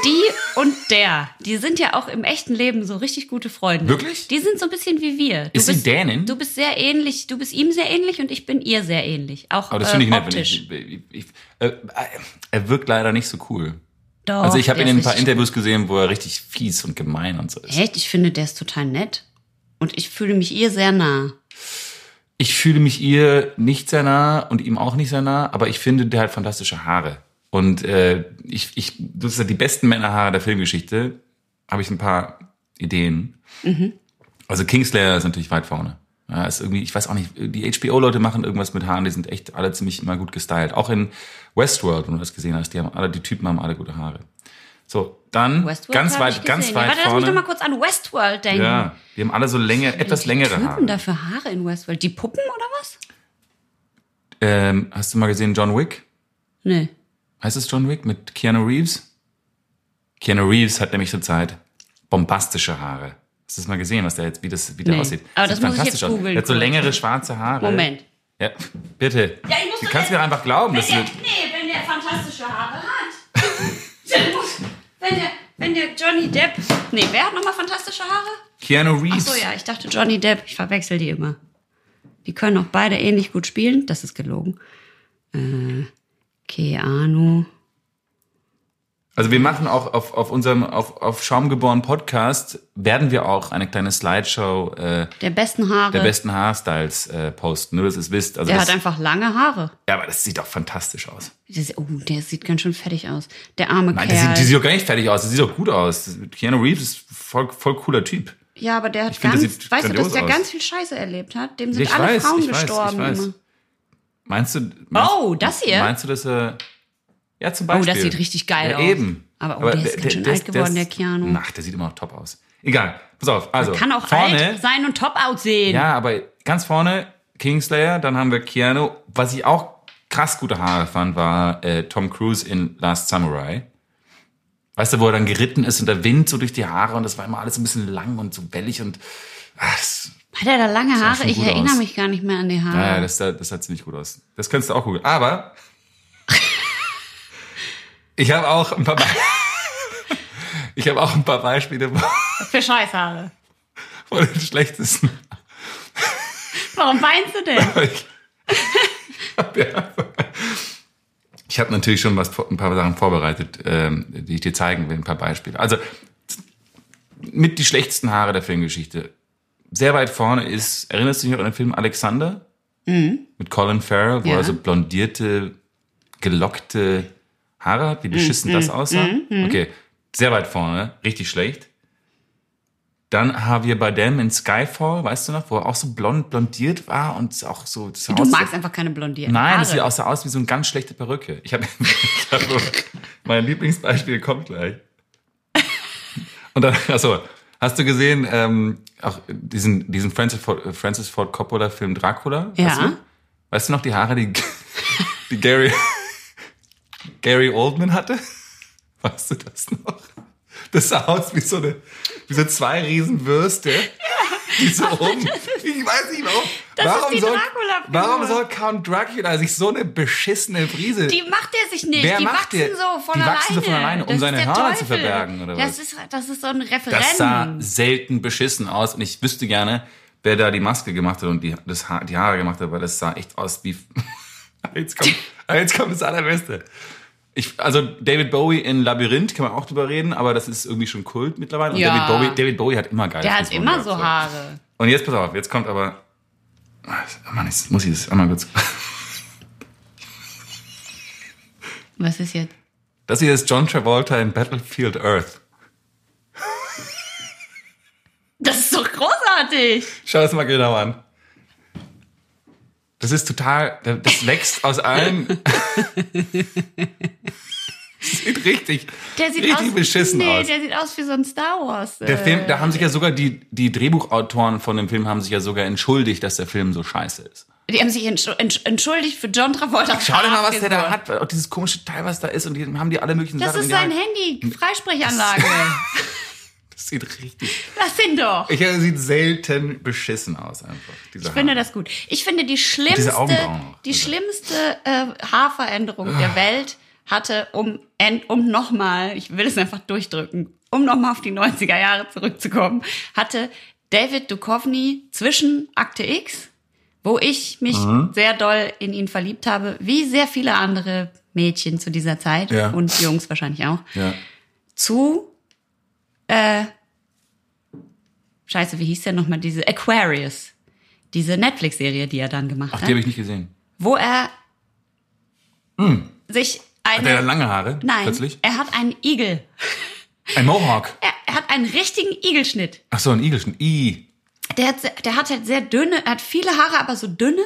die und der, die sind ja auch im echten Leben so richtig gute Freunde.
Wirklich?
Die sind so ein bisschen wie wir. Du
Ist sie Dänin?
Du bist sehr ähnlich, du bist ihm sehr ähnlich und ich bin ihr sehr ähnlich. Auch
Aber Oh, das
äh,
finde ich nett, wenn
optisch.
ich, ich, ich äh, Er wirkt leider nicht so cool.
Doch,
also ich habe
Oh, der
ihn in ein
ist
paar
richtig-
Interviews gesehen, wo er richtig fies und gemein und so ist.
Echt? Ich finde, der ist total nett. Und ich fühle mich ihr sehr nah.
Ich fühle mich ihr nicht sehr nah und ihm auch nicht sehr nah, aber ich finde, der hat fantastische Haare. Und äh, ich, ich, das sind die besten Männerhaare der Filmgeschichte. Habe ich ein paar Ideen.
Mhm.
Also Kingslayer ist natürlich weit vorne. Ja, ist irgendwie, ich weiß auch nicht, die HBO-Leute machen irgendwas mit Haaren, die sind echt alle ziemlich immer gut gestylt. Auch in Westworld, wenn du das gesehen hast, die haben alle, die Typen haben alle gute Haare. So, dann
Westworld
ganz
hab ich
weit, ganz
gesehen.
weit
Warte, lass mich doch mal
vorne.
kurz an Westworld denken.
Ja, die haben alle so länger, etwas
Die
längere
Typen
Haare.
dafür Haare in Westworld. Die Puppen oder was?
Ähm, hast du mal gesehen John Wick?
Nee.
Heißt es John Wick mit Keanu Reeves? Keanu Reeves hat nämlich zurzeit bombastische Haare. Hast du das mal gesehen, was der jetzt, wie das, wie der
Nee.
aussieht?
Aber das
sieht
muss ich
fantastisch
jetzt
aus.
googeln
Der hat so
kurz.
längere schwarze Haare.
Moment.
Ja, bitte.
Ja, ich muss
du
doch
kannst
jetzt-
mir einfach glauben,
Wenn
dass
der,
du,
nee, wenn der fantastische Haare hat. [laughs] Dann muss- wenn, der, wenn der Johnny Depp. Nee, wer hat nochmal fantastische Haare?
Keanu Reeves.
Achso, ja, ich dachte Johnny Depp. Ich verwechsel die immer. Die können auch beide ähnlich gut spielen. Das ist gelogen. Äh, Keanu.
Also wir machen auch auf, auf unserem auf, auf Schaumgeboren Podcast werden wir auch eine kleine Slideshow äh,
Der besten Haare.
der besten Haarstyles äh, posten, nur dass ihr es wisst. Also
der
das,
hat einfach lange Haare.
ja, aber das sieht doch fantastisch aus.
Das, oh, der sieht ganz schön fertig aus. Der arme
Nein, die
Kerl.
sieht, die sieht doch gar nicht fertig aus. Die sieht doch gut aus. Keanu Reeves ist voll, voll cooler Typ.
ja, aber der hat
finde,
ganz,
der sieht
weißt du, dass
grandios
der
aus.
ganz viel Scheiße erlebt hat. Dem sind
ich
alle
weiß,
Frauen
ich weiß, ich
gestorben.
weiß.
immer.
Meinst du?
Oh, das hier? Oh,
Meinst du, dass er? Ja, zum
das
Beispiel.
sieht richtig geil
ja,
aus.
Eben.
Aber, oh, der ist ganz schön alt geworden, der Keanu.
Ach, der sieht immer noch top aus. Egal. Pass auf. Also
Kann auch
vorne.
alt sein und top aussehen.
Ja, aber ganz vorne Kingslayer. Dann haben wir Keanu. Was ich auch krass gute Haare fand, war äh, Tom Cruise in Last Samurai. Weißt du, wo er dann geritten ist und der Wind so durch die Haare und das war immer alles ein bisschen lang und so wellig und ach, das
Hat er da lange
sah
Haare?
schon
Ich
gut
erinnere
aus.
mich gar nicht mehr an die Haare.
Ah, Ja, ja, das, sah- das sah ziemlich gut aus. Das kannst du auch googeln. Aber ich habe auch ein paar Be [laughs] ich habe auch ein paar Beispiele
Für Scheißhaare.
von den schlechtesten.
Warum weinst du denn?
Ich habe ja, [laughs] ich hab natürlich schon was, ein paar Sachen vorbereitet, ähm, die ich dir zeigen will, ein paar Beispiele. Also mit die schlechtesten Haare der Filmgeschichte. Sehr weit vorne ist, erinnerst du dich noch an den Film Alexander? Mit Colin Farrell, wo
Mhm. Ja.
er so blondierte, gelockte Haare
Mhm.
hat, wie beschissen das aussah. Okay, sehr weit vorne, richtig schlecht. Dann Javier Bardem in Skyfall, weißt du noch, wo er auch so blond blondiert war und auch so... Das
Du magst einfach keine blondierten
Nein,
Haare.
das sieht auch so aus wie so eine ganz schlechte Perücke. Ich habe hab, [laughs] mein Lieblingsbeispiel kommt gleich. Und dann, [laughs] achso, hast du gesehen, ähm, auch diesen, diesen Francis Ford, äh, Francis Ford Coppola Film Dracula?
Ja.
Weißt du, weißt du noch die Haare, die, [laughs] die Gary, Gary Oldman hatte? Weißt du das noch? Das sah aus wie so eine, wie so zwei Riesenwürste. Die so oben. Ich weiß nicht warum.
Das ist
warum
die
soll,
Dracula-Figur.
Warum soll Count Dracula sich so eine beschissene Brise?
Die macht er sich nicht.
Wer
die
macht
wachsen
der-
so von
die
alleine.
wachsen so von alleine, um
das
seine
ist der
Haare zu
Teufel.
verbergen, oder
das
was?
Ist, das ist so ein Referent.
das sah selten beschissen aus und ich wüsste gerne, wer da die Maske gemacht hat und die, das ha die Haare gemacht hat, weil das sah echt aus wie. [laughs] jetzt,
[laughs]
kommt, jetzt kommt das Allerbeste. Ich, also David Bowie in Labyrinth kann man auch drüber reden, aber das ist irgendwie schon Kult mittlerweile. Und
Ja.
David, Bowie, David Bowie hat immer geil.
der hat immer so Haare.
Und jetzt pass auf, jetzt kommt aber. Ah, Mann, jetzt muss ich das einmal kurz.
Was ist jetzt?
[laughs] Das hier ist John Travolta in Battlefield Earth.
Das ist doch großartig.
Schau das mal genau an. Das ist total, das wächst aus allen. sieht richtig,
Der sieht
richtig
aus,
beschissen
nee,
aus.
der sieht aus wie so ein Star Wars. äh,
Der Film, da haben sich ja sogar die, die Drehbuchautoren von dem Film haben sich ja sogar entschuldigt, dass der Film so scheiße ist.
Die haben sich entsch entsch entschuldigt für John Travolta.
Schau dir mal, was der da hat, auch dieses komische Teil, was da ist, und die haben die alle möglichen
Das
Sachen.
ist
in die
sein
Hand. [laughs]
Handy. Freisprechanlage.
Das sieht richtig.
Lass ihn doch.
Ich er sieht selten beschissen aus einfach. Diese
Ich finde das gut. Ich finde, die schlimmste,
Augenbrauen Ah. auch.
die
Also.
schlimmste äh, Haarveränderung der Welt hatte, um, en- um nochmal, ich will es einfach durchdrücken, um nochmal auf die 90er Jahre zurückzukommen, hatte David Duchovny zwischen Akte X, wo ich mich
Mhm.
sehr doll in ihn verliebt habe, wie sehr viele andere Mädchen zu dieser Zeit
Ja.
und Jungs wahrscheinlich auch,
Ja.
zu, äh, scheiße, wie hieß der nochmal diese, Aquarius. Diese Netflix-Serie, die er dann gemacht
Ach, die
hat,
habe ich nicht gesehen.
wo er sich
Hat der da
eine,
lange Haare?
nein,
Plötzlich?
er hat einen Igel.
Ein Mohawk.
Er, er hat einen richtigen Igelschnitt.
Ach so, ein Igelchen. I.
Der hat, se- der hat halt sehr dünne, er hat viele Haare, aber so dünne.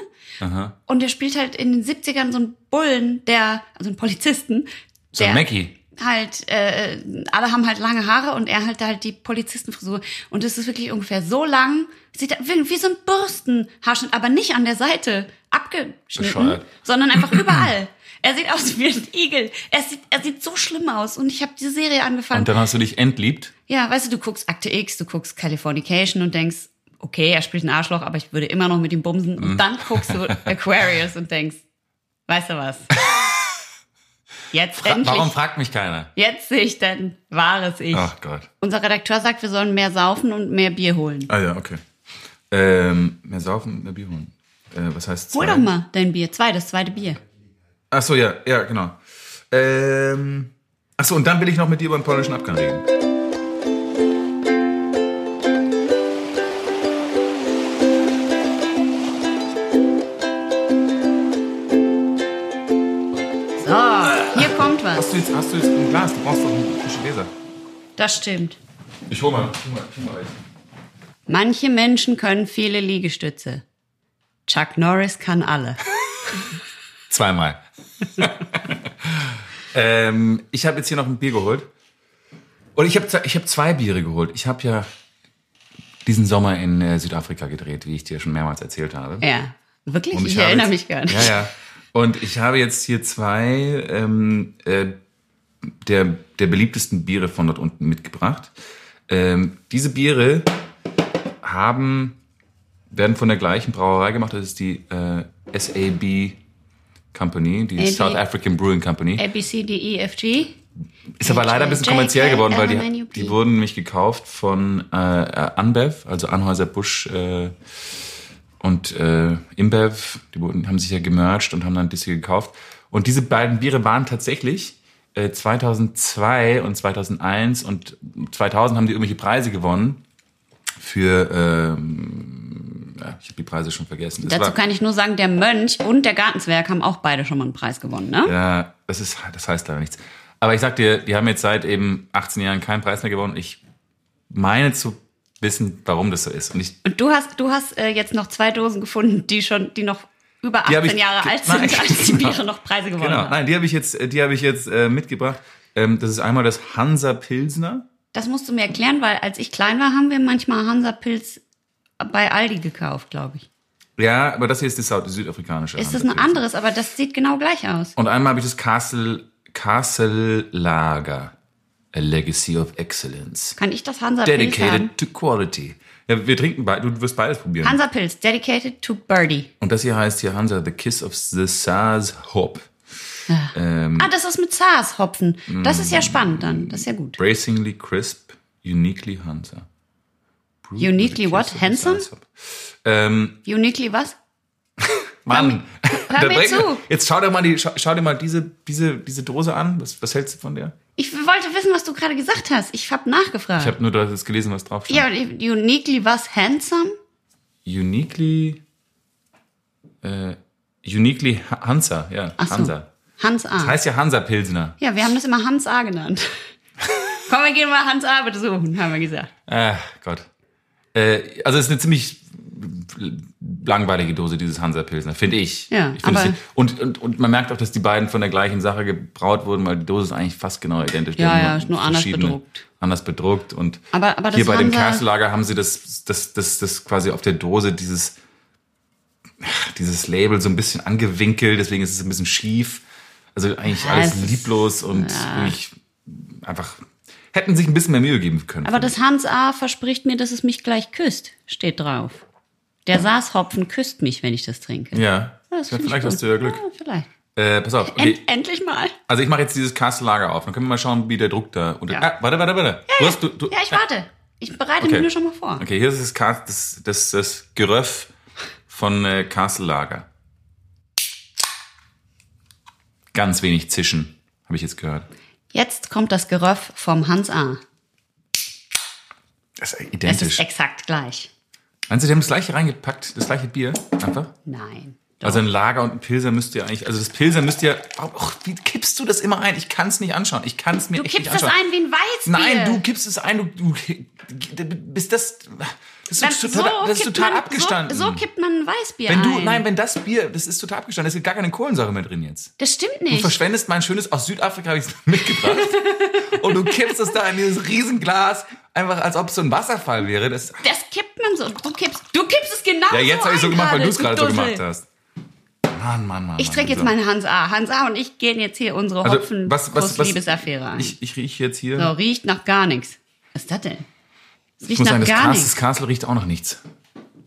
Und der spielt halt in den 70ern so einen Bullen, der, also einen Polizisten,
So
der
ein Mackie.
halt, äh, alle haben halt lange Haare und er hat halt die Polizistenfrisur. Und es ist wirklich ungefähr so lang, sieht wie wie so ein Bürstenhaarschnitt, aber nicht an der Seite abgeschnitten,
Bescheuert.
sondern einfach überall. Er sieht aus wie ein Igel. Er sieht, er sieht so schlimm aus. Und ich habe diese Serie angefangen.
Und äh, dann hast du dich entliebt.
Ja, weißt du, du guckst Akte X, du guckst Californication und denkst, okay, er spielt ein Arschloch, aber ich würde immer noch mit ihm bumsen.
Mhm.
Und dann guckst
[laughs]
du Aquarius und denkst, weißt du was? Jetzt endlich.
Warum fragt mich keiner?
Jetzt sehe ich dein wahres Ich.
Ach Gott.
Unser Redakteur sagt, wir sollen mehr saufen und mehr Bier holen.
Ah ja, okay. Ähm, mehr saufen, mehr Bier holen. Äh, was heißt
Hol doch mal dein Bier, zwei, das zweite Bier.
Ach so, ja, ja, genau. Ähm, ach so, und dann will ich noch mit dir über den polnischen Abgang reden.
So, hier kommt was.
Hast du jetzt, hast du jetzt ein Glas? Du brauchst doch einen frischen Gläser.
Das stimmt.
Ich hol mal, ich hol mal, ich hol mal welche.
Manche Menschen können viele Liegestütze. Chuck Norris kann alle.
Zweimal. ähm, ich habe jetzt hier noch ein Bier geholt. Und ich habe ich hab zwei Biere geholt. Ich habe ja diesen Sommer in äh, Südafrika gedreht, wie ich dir schon mehrmals erzählt habe.
Ja, wirklich?
Und
Ich,
habe
erinnere
jetzt,
mich gar nicht.
Ja, ja. Und ich habe jetzt hier zwei ähm, äh, der, der beliebtesten Biere von dort unten mitgebracht. Ähm, diese Biere haben werden von der gleichen Brauerei gemacht. Das ist die äh, SAB Company, die
AB.
South African Brewing Company.
A, B, C, D, E, F, G.
Ist aber leider ein bisschen kommerziell
JK,
geworden, weil die,
LMNUP.
die wurden nämlich gekauft von äh, Anbev, also Anhäuser Busch äh, und äh, Imbev. Die wurden, haben sich ja gemerged und haben dann diese gekauft. Und diese beiden Biere waren tatsächlich äh, 2002 und 2001 und 2000 haben die irgendwelche Preise gewonnen für, ähm, ja, ich habe die Preise schon vergessen. Das
Dazu
war-
kann ich nur sagen, der Mönch und der Gartenzwerg haben auch beide schon mal einen Preis gewonnen, ne?
Ja, das ist, das heißt leider nichts. Aber ich sag dir, die haben jetzt seit eben 18 Jahren keinen Preis mehr gewonnen. Ich meine zu wissen, warum das so ist. Und ich,
Und du hast, du hast äh, jetzt noch zwei Dosen gefunden, die schon, die noch über
Die hab
18
ich
Jahre
ge- [laughs]
alt sind,
Nein,
als die
genau.
Biere noch Preise gewonnen
genau,
haben.
nein, die habe ich jetzt, die habe ich jetzt äh, mitgebracht. Ähm, das ist einmal das Hansa Pilsner.
Das musst du mir erklären, weil als ich klein war, haben wir manchmal Hansapilz bei Aldi gekauft, glaube ich.
Ja, aber das hier ist das Sau- südafrikanische.
Ist das
Hansa
ein
Pilsner.
anderes, aber das sieht genau gleich aus.
Und einmal habe ich das Castle, Castle Lager. A Legacy of Excellence.
Kann ich das Hansapilz sagen?
Dedicated to quality. Ja, wir trinken beide. Du wirst beides probieren.
Hansapilz, dedicated to birdie.
Und das hier heißt hier Hansa, The Kiss of the Sars Hop. Ähm, Hm.
Ah, das ist mit Saas-Hopfen. Das ist ja spannend dann. Das ist ja gut.
Bracingly crisp, uniquely Hansa. Brewed
Uniquely
with a
what?
kiss of
Handsome?
the Sars Hop. Ähm,
Uniquely was?
Mann,
hör
da
mir
bringt-
zu.
jetzt schau dir mal, die, schau, schau dir mal diese, diese, diese Dose an. Was, was hältst du von der?
Ich wollte wissen, was du gerade gesagt hast. Ich habe nachgefragt.
Ich habe nur das gelesen, was drauf steht.
ja, uniquely was handsome?
Uniquely, äh, uniquely Ha- Hansa, ja,
Ach so.
Hansa.
Hans A.
Heißt ja Hansa Pilsner.
ja, wir haben das immer Hans A genannt.
[laughs]
Komm, wir gehen mal Hans A besuchen, haben wir gesagt.
Ach Gott. Äh, also es ist eine ziemlich langweilige Dose, dieses Hansa-Pilsner, finde ich.
Ja,
ich find
aber-
es- und, und, und man merkt auch, dass die beiden von der gleichen Sache gebraut wurden, weil die Dose ist eigentlich fast genau identisch. Die
Ja,
haben
ja, ist nur anders
verschiedene-
bedruckt.
Anders bedruckt. Und
Aber- aber das
hier bei dem
Hansa-
Kerstelager haben sie das, das, das, das quasi auf der Dose dieses, dieses Label so ein bisschen angewinkelt, deswegen ist es ein bisschen schief. Also eigentlich
Ja,
alles
es ist-
lieblos und wirklich einfach hätten sich ein bisschen mehr Mühe geben können.
Aber das Hans A verspricht mir, dass es mich gleich küsst, steht drauf. Der Saashopfen küsst mich, wenn ich das trinke.
Ja.
das
ja
find ich
vielleicht
gut.
hast du ja Glück.
Ah, vielleicht.
Äh, pass auf.
End,
Okay.
Endlich mal.
Also ich mache jetzt dieses Kastellager auf. Dann können wir mal schauen, wie der Druck da unter.
Ja.
Ah, warte, warte, warte. du hast, du, du,
Ja, ich warte. Ich bereite
Okay.
mich nur schon mal vor.
Okay, hier ist das, Kas- das, das, das Geröff von äh, Kastellager. Ganz wenig Zischen, habe ich jetzt gehört.
Jetzt kommt das Geröff vom Hans A.
Das ist
Es ist
identisch.
exakt gleich.
Meinst du, die haben das gleiche reingepackt? Das gleiche Bier? Einfach?
Nein.
Also ein Lager und ein Pilser müsst ihr eigentlich, also das Pilser müsst ihr, ach, wie kippst du das immer ein? Ich kann es nicht anschauen. Ich kann es mir
Du
echt nicht
kippst das
anschauen.
ein wie ein Weißbier.
Nein, du gibst es ein, du, du [laughs] bist das. Das
Dann-
ist total,
so
das ist
kippt
total
man,
abgestanden.
So, so kippt man ein Weißbier
wenn du,
ein.
nein, wenn das Bier, das ist total abgestanden, es ist gar keine Kohlensäure mehr drin jetzt.
das stimmt
Du
nicht.
verschwendest mein schönes, aus Südafrika habe ich es [laughs] mitgebracht. und du kippst es da in dieses Riesenglas, einfach als ob es so ein Wasserfall wäre. Das,
Das kippt man so. Du kippst, du kippst es genau
ja, jetzt
so
habe ich so
ein
gemacht, weil du es gerade so
Dussel.
gemacht hast. Mann, Mann, Mann.
Ich
Mann,
trinke jetzt
so.
meinen Hans A. Hans A. und ich gehen jetzt hier unsere
Also,
hopfen
was- was- was-
liebesaffäre ein.
Ich, ich rieche jetzt hier.
so, riecht nach gar nichts. Was ist das denn? Es
ich
riecht
muss
nach
sagen, das,
gar
Kas- das
nichts.
Castle riecht auch noch nichts.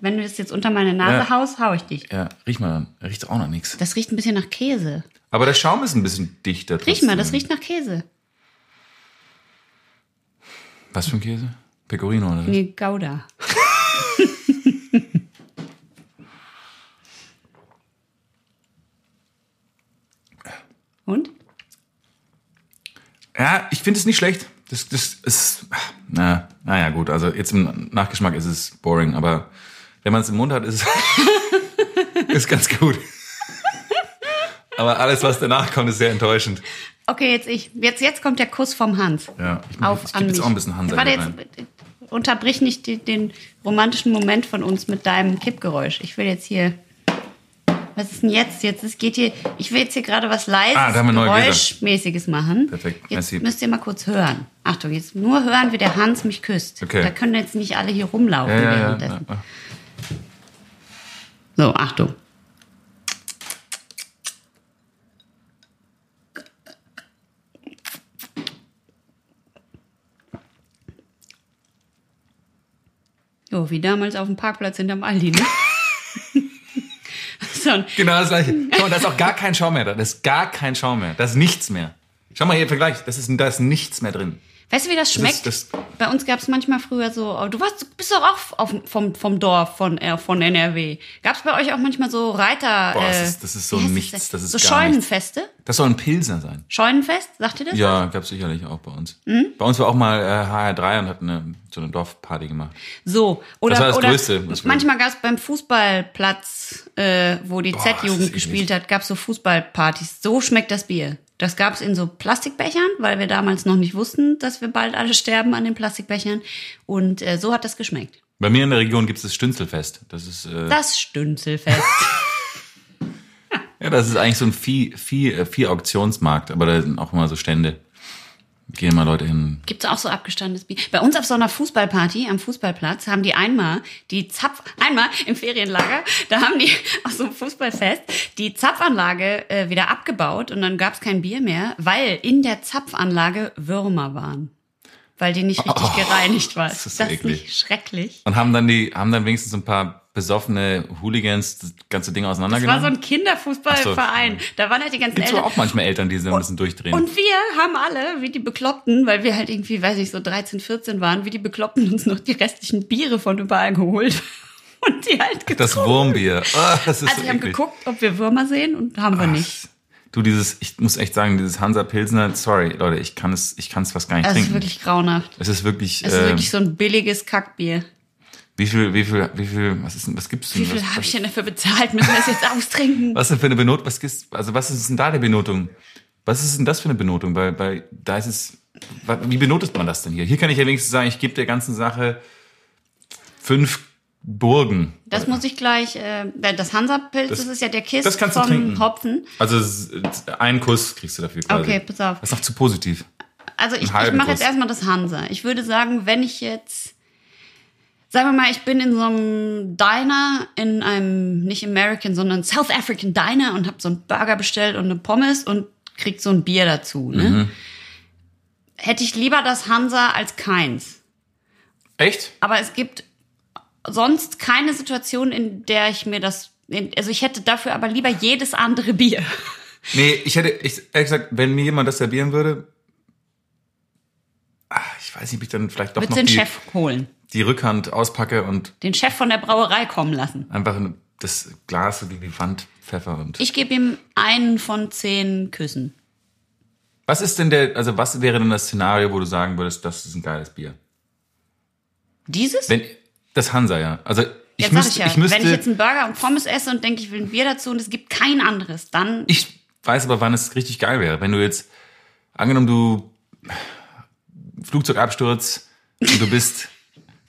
Wenn du es jetzt unter meine Nase
Ja.
haust, hau ich dich.
Ja, riech mal dann. Riecht auch noch nichts.
Das riecht ein bisschen nach Käse.
Aber der Schaum ist ein bisschen dichter.
Riech mal,
trotzdem.
das riecht nach Käse.
Was für ein Käse? Pecorino oder was?
Nee,
[laughs]
Gouda. und?
Ja, ich finde es nicht schlecht. Das, das ist. Na, naja, gut. Also jetzt im Nachgeschmack ist es boring, aber wenn man es im Mund hat, ist es [laughs] ist ganz gut. Aber alles, was danach kommt, ist sehr enttäuschend.
Okay, jetzt ich. Jetzt, jetzt kommt der Kuss vom Hans.
Ja, ich,
Auf
ich
an
gebe jetzt
mich.
auch ein bisschen Hansa
Warte,
hier
jetzt
rein.
äh, unterbrich nicht die, den romantischen Moment von uns mit deinem Kippgeräusch. Ich will jetzt hier. Was ist denn jetzt? Jetzt es geht hier. Ich will jetzt hier gerade was leises,
Ah, da haben wir neue Gläser.
geräuschmäßiges machen.
Perfekt,
Jetzt
merci.
müsst ihr mal kurz hören. Achtung, jetzt nur hören, wie der Hans mich küsst.
Okay.
Da können jetzt nicht alle hier rumlaufen
Ja, ja, ja, ja.
währenddessen. So, Achtung. Jo, wie damals auf dem Parkplatz hinterm
[laughs]
Aldi, ne? so, ein-
Genau das gleiche. Schau mal, da ist auch gar kein Schaum mehr da. Da ist gar kein Schaum mehr. Da ist nichts mehr. Schau mal hier im Vergleich. Das ist, da ist nichts mehr drin.
weißt du, wie das schmeckt?
das-
Bei uns gab es manchmal früher so, oh, du warst, du bist doch auch auf, vom, vom Dorf von, äh, von NRW. Gab es bei euch auch manchmal so Reiter...
Boah,
äh,
das ist- das ist so
wie heißt
nichts, das ist
so
gar nichts.
Scheunenfeste?
Das soll ein Pilsner sein.
Scheunenfest, sagt ihr das?
Ja, gab sicherlich auch bei uns. Bei uns war auch mal äh, HR3 und hat eine, so eine Dorfparty gemacht.
So, oder,
Das war das
oder
Größte, was wir-
manchmal gab es beim Fußballplatz, äh, wo die
Boah, das
Z-Jugend
ist
gespielt hat, gab es so Fußballpartys. So schmeckt das Bier. Das gab es in so Plastikbechern, weil wir damals noch nicht wussten, dass wir bald alle sterben an den Plastikbechern. Und äh, so hat das geschmeckt.
Bei mir in der Region gibt es das Stünzelfest. Das ist, äh,
Das Stünzelfest.
ja, das ist eigentlich so ein Vieh, Vieh, äh, Vieh-Auktionsmarkt, aber da sind auch immer so Stände. Gehen immer Leute hin.
Gibt's auch so abgestandenes Bier? Bei uns auf so einer Fußballparty am Fußballplatz haben die einmal die Zapf, einmal im Ferienlager, da haben die [laughs] auf so einem Fußballfest die Zapfanlage äh, wieder abgebaut und dann gab's kein Bier mehr, weil in der Zapfanlage Würmer waren. Weil die nicht richtig
Oh,
gereinigt war.
das
Das
ist
ist
so
das
eklig.
nicht schrecklich.
Und haben dann die, haben dann wenigstens ein paar besoffene Hooligans das ganze Ding
Das war
auseinandergenommen.
so ein Kinderfußballverein.
Genau. Ach
da waren halt die ganzen
Gibt's aber
Eltern.
auch manchmal Eltern, die so ein bisschen durchdrehen.
Und wir haben alle, wie die Bekloppten, weil wir halt irgendwie, weiß nicht, so 13, 14 waren, wie die Bekloppten uns noch die restlichen Biere von überall geholt und die halt getrunken.
das Wurmbier. Ah, das ist
also
so
wir haben
eklig.
geguckt, ob wir Würmer sehen und haben wir nicht.
Du, dieses, ich muss echt sagen, dieses Hansa Pilsner, sorry, Leute, ich kann es, ich kann es fast gar nicht
Das ist
trinken.
Also wirklich grauenhaft.
es ist wirklich,
Es
äh,
ist wirklich so ein billiges Kackbier.
wie viel, wie viel, wie viel, was ist denn, was gibt's denn?
Wie viel
was,
habe ich denn dafür bezahlt? Müssen wir das jetzt
[laughs]
austrinken?
was denn für eine Benotung, was gibt's, also was ist denn da die Benotung? Was ist denn das für eine Benotung? Weil, bei, da ist es, wa- wie benotet man das denn hier? Hier kann ich ja wenigstens sagen, ich gebe der ganzen Sache fünf Burgen.
Das muss ich gleich, äh, das Hansa-Pilz, das,
Das-
ist ja der Kiss
das kannst du
vom
trinken.
Hopfen.
Also s- einen Kuss kriegst du dafür quasi.
Okay, pass auf.
Das ist noch zu positiv.
Also ich, ich
halben
mache
Kuss.
jetzt erstmal das Hansa. Ich würde sagen, wenn ich jetzt, sagen wir mal, ich bin in so einem Diner, in einem, nicht American, sondern South African Diner und habe so einen Burger bestellt und eine Pommes und krieg so ein Bier dazu. Ne? Hätte ich lieber das Hansa als keins.
Echt?
Aber es gibt sonst keine Situation, in der ich mir das, in, also ich hätte dafür aber lieber jedes andere Bier.
Nee, ich hätte, ich, ehrlich gesagt, wenn mir jemand das servieren würde, ah, ich weiß nicht, ob ich dann vielleicht doch
Würdest
noch
den
die,
Chef holen?
die Rückhand auspacke und
Den Chef von der Brauerei kommen lassen?
einfach in das Glas so gegen die Wand pfeffer und.
Ich gebe ihm einen von zehn Küssen.
was ist denn der, also was wäre denn das Szenario, wo du sagen würdest, das ist ein geiles Bier?
Dieses?
Wenn, das Hansa, ja. Also, ich
jetzt
müsste,
sag ich ja,
ich müsste,
wenn ich jetzt einen Burger und Pommes esse und denke, ich will ein Bier dazu und es gibt kein anderes, dann
Ich weiß aber, wann es richtig geil wäre. Wenn du jetzt, angenommen, du Flugzeugabsturz und du
[laughs]
bist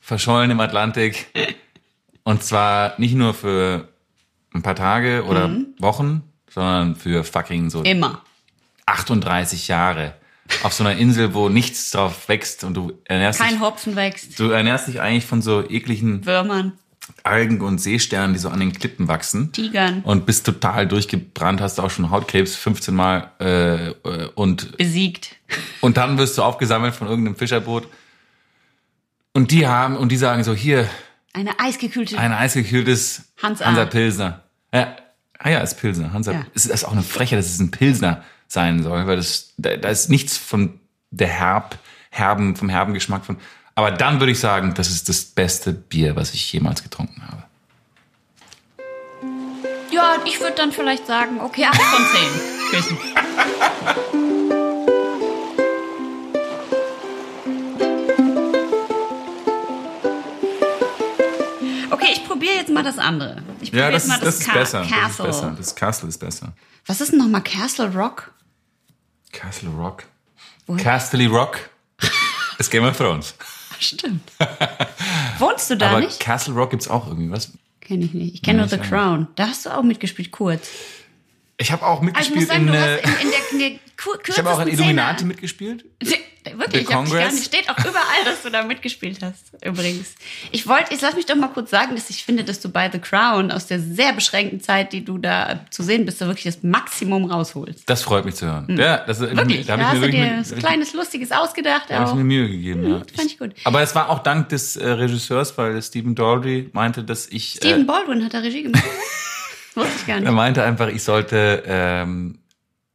verschollen im Atlantik. Und zwar nicht nur für ein paar Tage oder
Mhm.
Wochen, sondern für fucking so
immer.
38 Jahre. Auf so einer Insel, wo nichts drauf wächst und du ernährst,
Kein
dich,
Hopfen wächst,
du ernährst dich eigentlich von so ekligen
Würmern,
Algen und Seesternen, die so an den Klippen wachsen
Tigern,
und bist total durchgebrannt, hast auch schon Hautkrebs 15 Mal äh, äh, und,
besiegt.
und dann wirst du aufgesammelt von irgendeinem Fischerboot. Und die haben, und die sagen so, hier,
Eine eisgekühlte.
ein eisgekühltes
Hans A.
Hansa Pilsner. Ja, ah ja, ist Pilsner. Hansa.
Ja.
Ist das auch eine Freche, dass es ein Pilsner sein soll, weil das, da, da ist nichts von der herb, herben, vom herben Geschmack von. Aber dann würde ich sagen, das ist das beste Bier, was ich jemals getrunken habe.
ja, ich würde dann vielleicht sagen, okay, acht von zehn Küssen. Okay, ich probiere jetzt mal das andere. Ich probiere jetzt mal das, Ca- Castle.
Das ist besser. Das Castle ist besser.
Was ist denn nochmal Castle Rock? [laughs]
Castle Rock. Castle
[laughs]
Rock ist Game of Thrones. [laughs]
Stimmt. Wohnst du da
Aber
nicht?
Castle Rock gibt's auch irgendwie was.
Kenne ich nicht. Ich kenne nur
ich
The
auch nicht.
Crown. Da hast du auch mitgespielt, kurz.
Ich habe auch
Aber Also ich
mitgespielt
muss sagen,
in,
du
äh,
hast in, in der, in der kur-
[laughs] ich habe auch in
kürzesten Szene-
Illuminati mitgespielt. The
wirklich, ich hab dich gar
Congress.
nicht, steht auch überall, dass du da mitgespielt hast, übrigens. Ich wollte, ich lass mich doch mal kurz sagen, dass ich finde, dass du bei The Crown aus der sehr beschränkten Zeit, die du da zu sehen bist, da wirklich das Maximum rausholst.
Das freut mich zu hören. Ja, das, ist-
Hm. Wirklich,
da habe
da,
ich
hast
mir
du
wirklich
dir
mit-
was kleines, lustiges ausgedacht.
Da habe ich
auch.
mir Mühe gegeben, ja.
das fand ich gut.
Aber es war auch dank des äh, Regisseurs, weil Stephen Daldry meinte, dass ich.
Stephen Baldwin hat da Regie
[laughs]
gemacht. Wusste ich gar
äh, er
nicht.
meinte einfach, ich sollte. Ähm,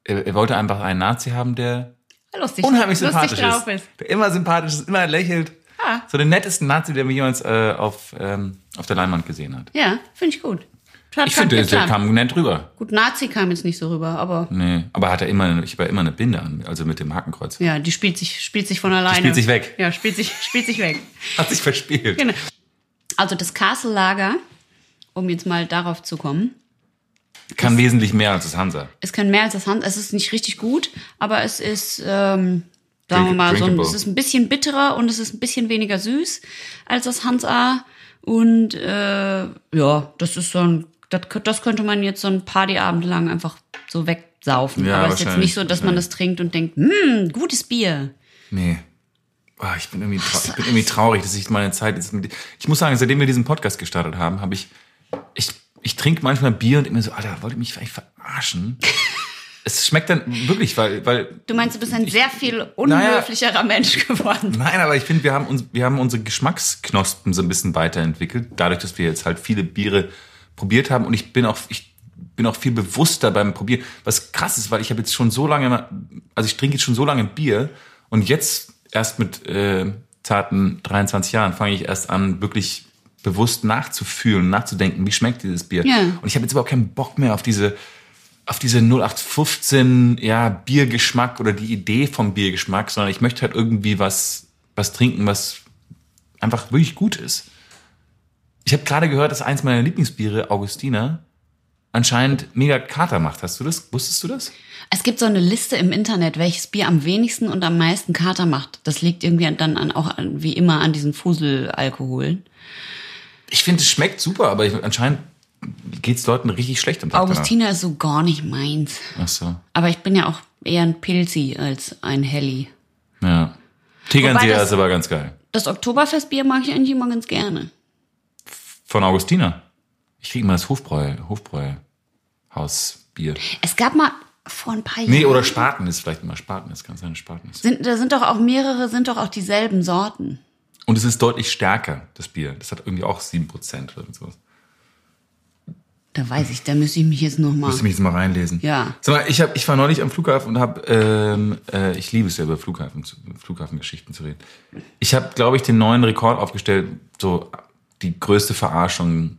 er, er wollte einfach einen Nazi haben, der
Lustig,
unheimlich
lustig
sympathisch
drauf
ist.
ist.
Der immer sympathisch ist, immer lächelt.
Ah.
So den nettesten Nazi, der mir jemals äh, auf, ähm, auf der Leinwand gesehen hat.
Ja, finde ich gut. Hat
Ich
Frank
finde, der
geplant.
kam nett rüber.
Gut, Nazi kam jetzt nicht so rüber, aber
Nee. Aber hat er immer, ich war immer eine Binde an, also mit dem Hakenkreuz.
ja, die spielt sich, spielt sich von alleine.
spielt sich weg.
Ja, spielt sich, [laughs] spielt sich weg.
Hat sich verspielt.
Genau. Also das Castle Lager, um jetzt mal darauf zu kommen,
Kann wesentlich mehr als das Hansa.
es kann mehr als das Hand, es ist nicht richtig gut, aber es ist, ähm, sagen wir
Drink-
mal, so ein,
drinkable.
es ist ein bisschen bitterer und es ist ein bisschen weniger süß als das Hans A. Und äh, ja, das ist so ein, das, kö- das könnte man jetzt so ein Partyabend lang einfach so wegsaufen.
Ja,
aber es ist jetzt
wahrscheinlich,
nicht so, dass man das trinkt und denkt, hm, gutes Bier.
Nee. Ah, ich, bin irgendwie trau- ich bin irgendwie traurig, dass ich meine Zeit jetzt mit. Ich muss sagen, seitdem wir diesen Podcast gestartet haben, habe ich. Ich, ich trinke manchmal Bier und immer so, Alter, wollt ihr mich vielleicht verarschen? es schmeckt dann wirklich, weil. weil
Du meinst, du bist ein sehr viel
naja.
unhöflicherer Mensch [laughs] geworden.
nein, aber ich finde, wir, haben uns, wir haben unsere Geschmacksknospen so ein bisschen weiterentwickelt, dadurch, dass wir jetzt halt viele Biere probiert haben und ich bin auch. Ich, bin auch viel bewusster beim Probieren. Was krass ist, weil ich habe jetzt schon so lange, immer- also ich trinke jetzt schon so lange Bier und jetzt erst mit äh, zarten 23 Jahren fange ich erst an, wirklich bewusst nachzufühlen, nachzudenken, wie schmeckt dieses Bier.
Ja.
Und ich habe jetzt überhaupt keinen Bock mehr auf diese auf diese 0815 ja Biergeschmack oder die Idee vom Biergeschmack, sondern ich möchte halt irgendwie was was trinken, was einfach wirklich gut ist. Ich habe gerade gehört, dass eins meiner Lieblingsbiere Augustiner anscheinend mega Kater macht. Hast du das? Wusstest du das?
Es gibt so eine Liste im Internet, welches Bier am wenigsten und am meisten Kater macht. Das liegt irgendwie dann an, auch an, wie immer an diesen Fuselalkoholen.
Ich finde, es schmeckt super, aber ich, anscheinend geht's Leuten richtig schlecht am Tag
Augustiner ist so gar nicht meins.
danach. Ach so.
Aber ich bin ja auch eher ein Pilzi als ein Helly.
Ja.
Wobei
Tegernseher
das-
ist aber ganz geil.
Das Oktoberfestbier mag ich eigentlich immer ganz gerne.
Von Augustiner. Ich kriege immer das Hofbräu, Hofbräu Hausbier.
Es gab mal vor ein paar Jahren.
Nee, oder Spaten ist vielleicht immer Spaten, ist kann sein, Spaten ist.
sind, da sind doch auch mehrere, sind doch auch dieselben Sorten.
Und es ist deutlich stärker, das Bier. Das hat irgendwie auch 7% oder sowas.
Da weiß ich, da müsste ich mich jetzt nochmal.
Müsste mich jetzt mal reinlesen.
Ja.
Sag mal, ich, hab, ich war neulich am Flughafen und habe, ähm, äh, ich liebe es ja über Flughafen, zu- Flughafengeschichten zu reden. Ich habe, glaube ich, den neuen Rekord aufgestellt, so die größte Verarschung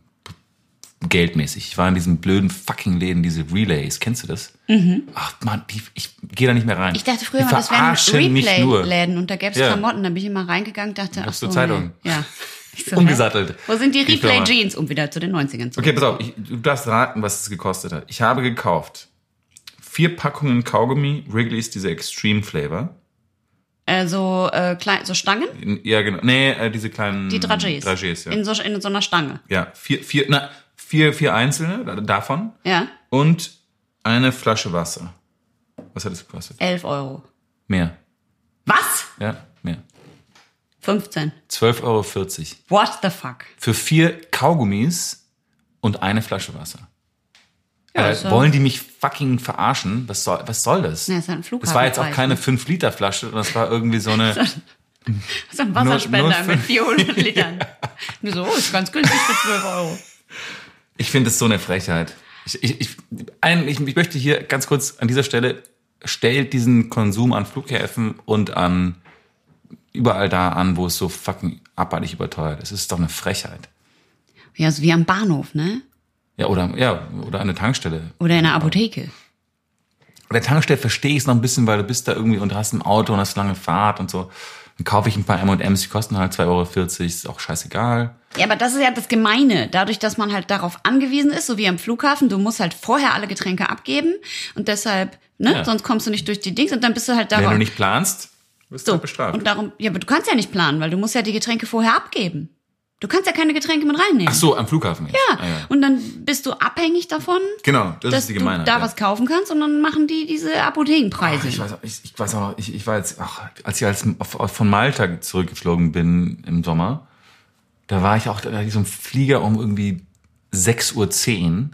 geldmäßig. Ich war in diesen blöden fucking Läden, diese Relays. Kennst du das? Mhm. Ach man, die, ich gehe da nicht mehr rein.
Ich dachte früher
die
mal, das wären ne?
verarschen mich nur.
Replay-Läden und da gäbe es
Ja.
Klamotten. Da bin ich immer reingegangen, dachte, ach
gab's
so,
nur Zeitungen.
Nee. Ja.
[laughs]
Ich so,
Umgesattelt.
hä? Wo sind die
Die Firma.
Replay-Jeans? Um wieder zu den 90ern zu
Okay, pass auf, ich, du darfst raten, was es gekostet hat. Ich habe gekauft vier Packungen Kaugummi, Wrigley's, diese Extreme Flavor.
äh, so, äh, klein, so Stangen?
In- Ja, genau. Nee, äh, diese kleinen.
Die Dragés.
Dragés, ja.
In, so, in so einer Stange.
ja, vier, vier, na, vier, vier einzelne da- davon
Ja.
und eine Flasche Wasser. Was hat es gekostet?
11 Euro.
Mehr.
Was?
Ja, mehr.
15.
12,40 Euro.
What the fuck?
Für vier Kaugummis und eine Flasche Wasser.
Ja,
äh,
ist ja-
wollen die mich fucking verarschen? Was soll, was soll das?
Na, ist halt ein
das war jetzt auch
Flughafenpreis,
keine 5-Liter-Flasche, sondern das war irgendwie so
[laughs]
eine.
So ein Wasserspender
Not-
mit
[laughs]
400 Litern. Mir so, oh, ist ganz günstig für 12 Euro.
Ich finde es so eine Frechheit. Ich, ich, ich, ein, ich, ich möchte hier ganz kurz an dieser Stelle, stellt diesen Konsum an Flughäfen und an überall da an, wo es so fucking abartig überteuert ist. Es ist doch eine Frechheit.
Ja, so wie am Bahnhof, ne?
Ja, oder, ja, oder an der Tankstelle.
Oder in der Apotheke.
Bei der Tankstelle verstehe ich es noch ein bisschen, weil du bist da irgendwie und hast ein Auto und hast eine lange Fahrt und so. Dann kaufe ich ein paar M&M's, die kosten halt 2,40 Euro, ist auch scheißegal.
Ja, aber das ist ja das Gemeine. Dadurch, dass man halt darauf angewiesen ist, so wie am Flughafen, du musst halt vorher alle Getränke abgeben und deshalb, ne,
Ja.
sonst kommst du nicht durch die Dings und dann bist du halt
Wenn
darauf.
du nicht planst, wirst du halt
so.
bestraft.
Und darum, ja, aber du kannst ja nicht planen, weil du musst ja die Getränke vorher abgeben. Du kannst ja keine Getränke mit reinnehmen.
Ach so, am Flughafen. Jetzt.
Ja.
Ah, ja.
Und dann bist du abhängig davon,
Genau, das
dass
ist die
du
Gemeinheit.
da
ja.
was kaufen kannst und dann machen die diese Apothekenpreise.
Ich weiß, auch- ich, ich weiß auch, ich, ich war jetzt, ach, als ich als, auf, auf, von Malta zurückgeflogen bin im Sommer, da war ich auch da war ich so ein Flieger um irgendwie 6.10 Uhr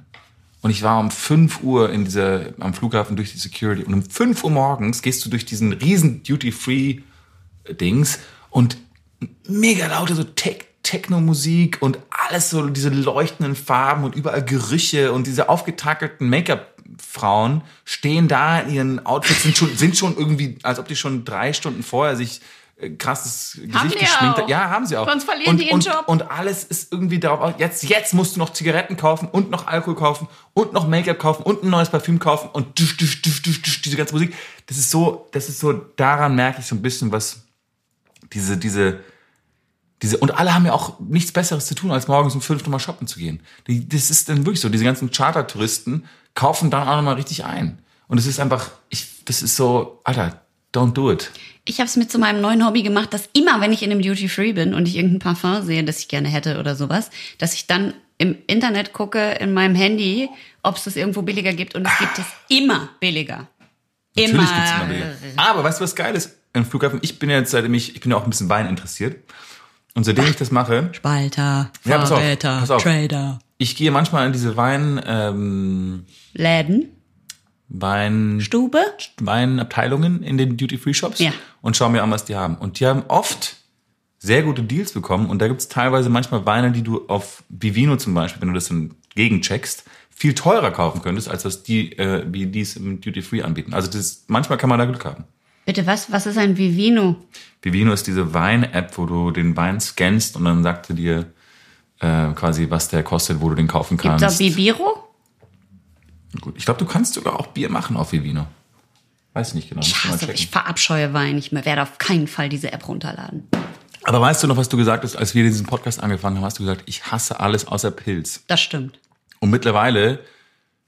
und ich war um 5 Uhr in dieser, am Flughafen durch die Security und um 5 Uhr morgens gehst du durch diesen riesen Duty-Free-Dings und mega laute so Tech, Techno-Musik und alles so diese leuchtenden Farben und überall Gerüche und diese aufgetakelten Make-up-Frauen stehen da in ihren Outfits, sind schon, sind schon irgendwie, als ob die schon drei Stunden vorher sich äh, krasses
Haben
Gesicht
die
geschminkt
auch.
haben. Ja, haben sie auch.
Sonst verlieren
und,
die ihren
und,
Job.
Und alles ist irgendwie darauf aus, jetzt, jetzt musst du noch Zigaretten kaufen und noch Alkohol kaufen und noch Make-up kaufen und ein neues Parfüm kaufen und dusch, dusch, dusch, dusch, dusch, diese ganze Musik. Das ist so, das ist so, daran merke ich so ein bisschen, was diese, diese, diese, und alle haben ja auch nichts Besseres zu tun, als morgens um fünf nochmal shoppen zu gehen. Die, das ist dann wirklich so. Diese ganzen Chartertouristen kaufen dann auch nochmal richtig ein. Und es ist einfach, ich, das ist so, Alter, don't do it.
Ich habe es mir zu meinem neuen Hobby gemacht, dass immer, wenn ich in einem Duty Free bin und ich irgendein Parfum sehe, das ich gerne hätte oder sowas, dass ich dann im Internet gucke, in meinem Handy, ob es das irgendwo billiger gibt. Und es gibt es immer billiger. Immer.
Natürlich gibt's immer Wege. Aber weißt du, was geil ist? Im Flughafen, ich bin ja jetzt, seitdem ich, ich bin ja auch ein bisschen Wein interessiert. Und seitdem ich das mache,
Spalter,
Ja, pass auf,
Verräter,
pass auf.
Trader.
ich gehe manchmal in diese Wein, ähm,
Läden,
Wein,
Stube.
Weinabteilungen in den Duty-Free-Shops
Ja.
und schaue mir an, was die haben. Und die haben oft sehr gute Deals bekommen und da gibt's teilweise manchmal Weine, die du auf Vivino zum Beispiel, wenn du das dann gegencheckst, viel teurer kaufen könntest, als was die, äh, wie die es im Duty-Free anbieten. Also das, manchmal kann man da Glück haben.
Bitte was? Was ist ein Vivino?
Vivino ist diese Wein-App, wo du den Wein scannst und dann sagt er dir äh, quasi, was der kostet, wo du den kaufen
Gibt's
kannst.
auch Bibiro?
Gut. Ich glaube, du kannst sogar auch Bier machen auf Vivino. Weiß nicht genau. Muss mal
Also,
checken.
ich verabscheue Wein. Ich werde auf keinen Fall diese App runterladen.
Aber weißt du noch, was du gesagt hast, als wir diesen Podcast angefangen haben, hast du gesagt, ich hasse alles außer Pilz.
Das stimmt.
Und mittlerweile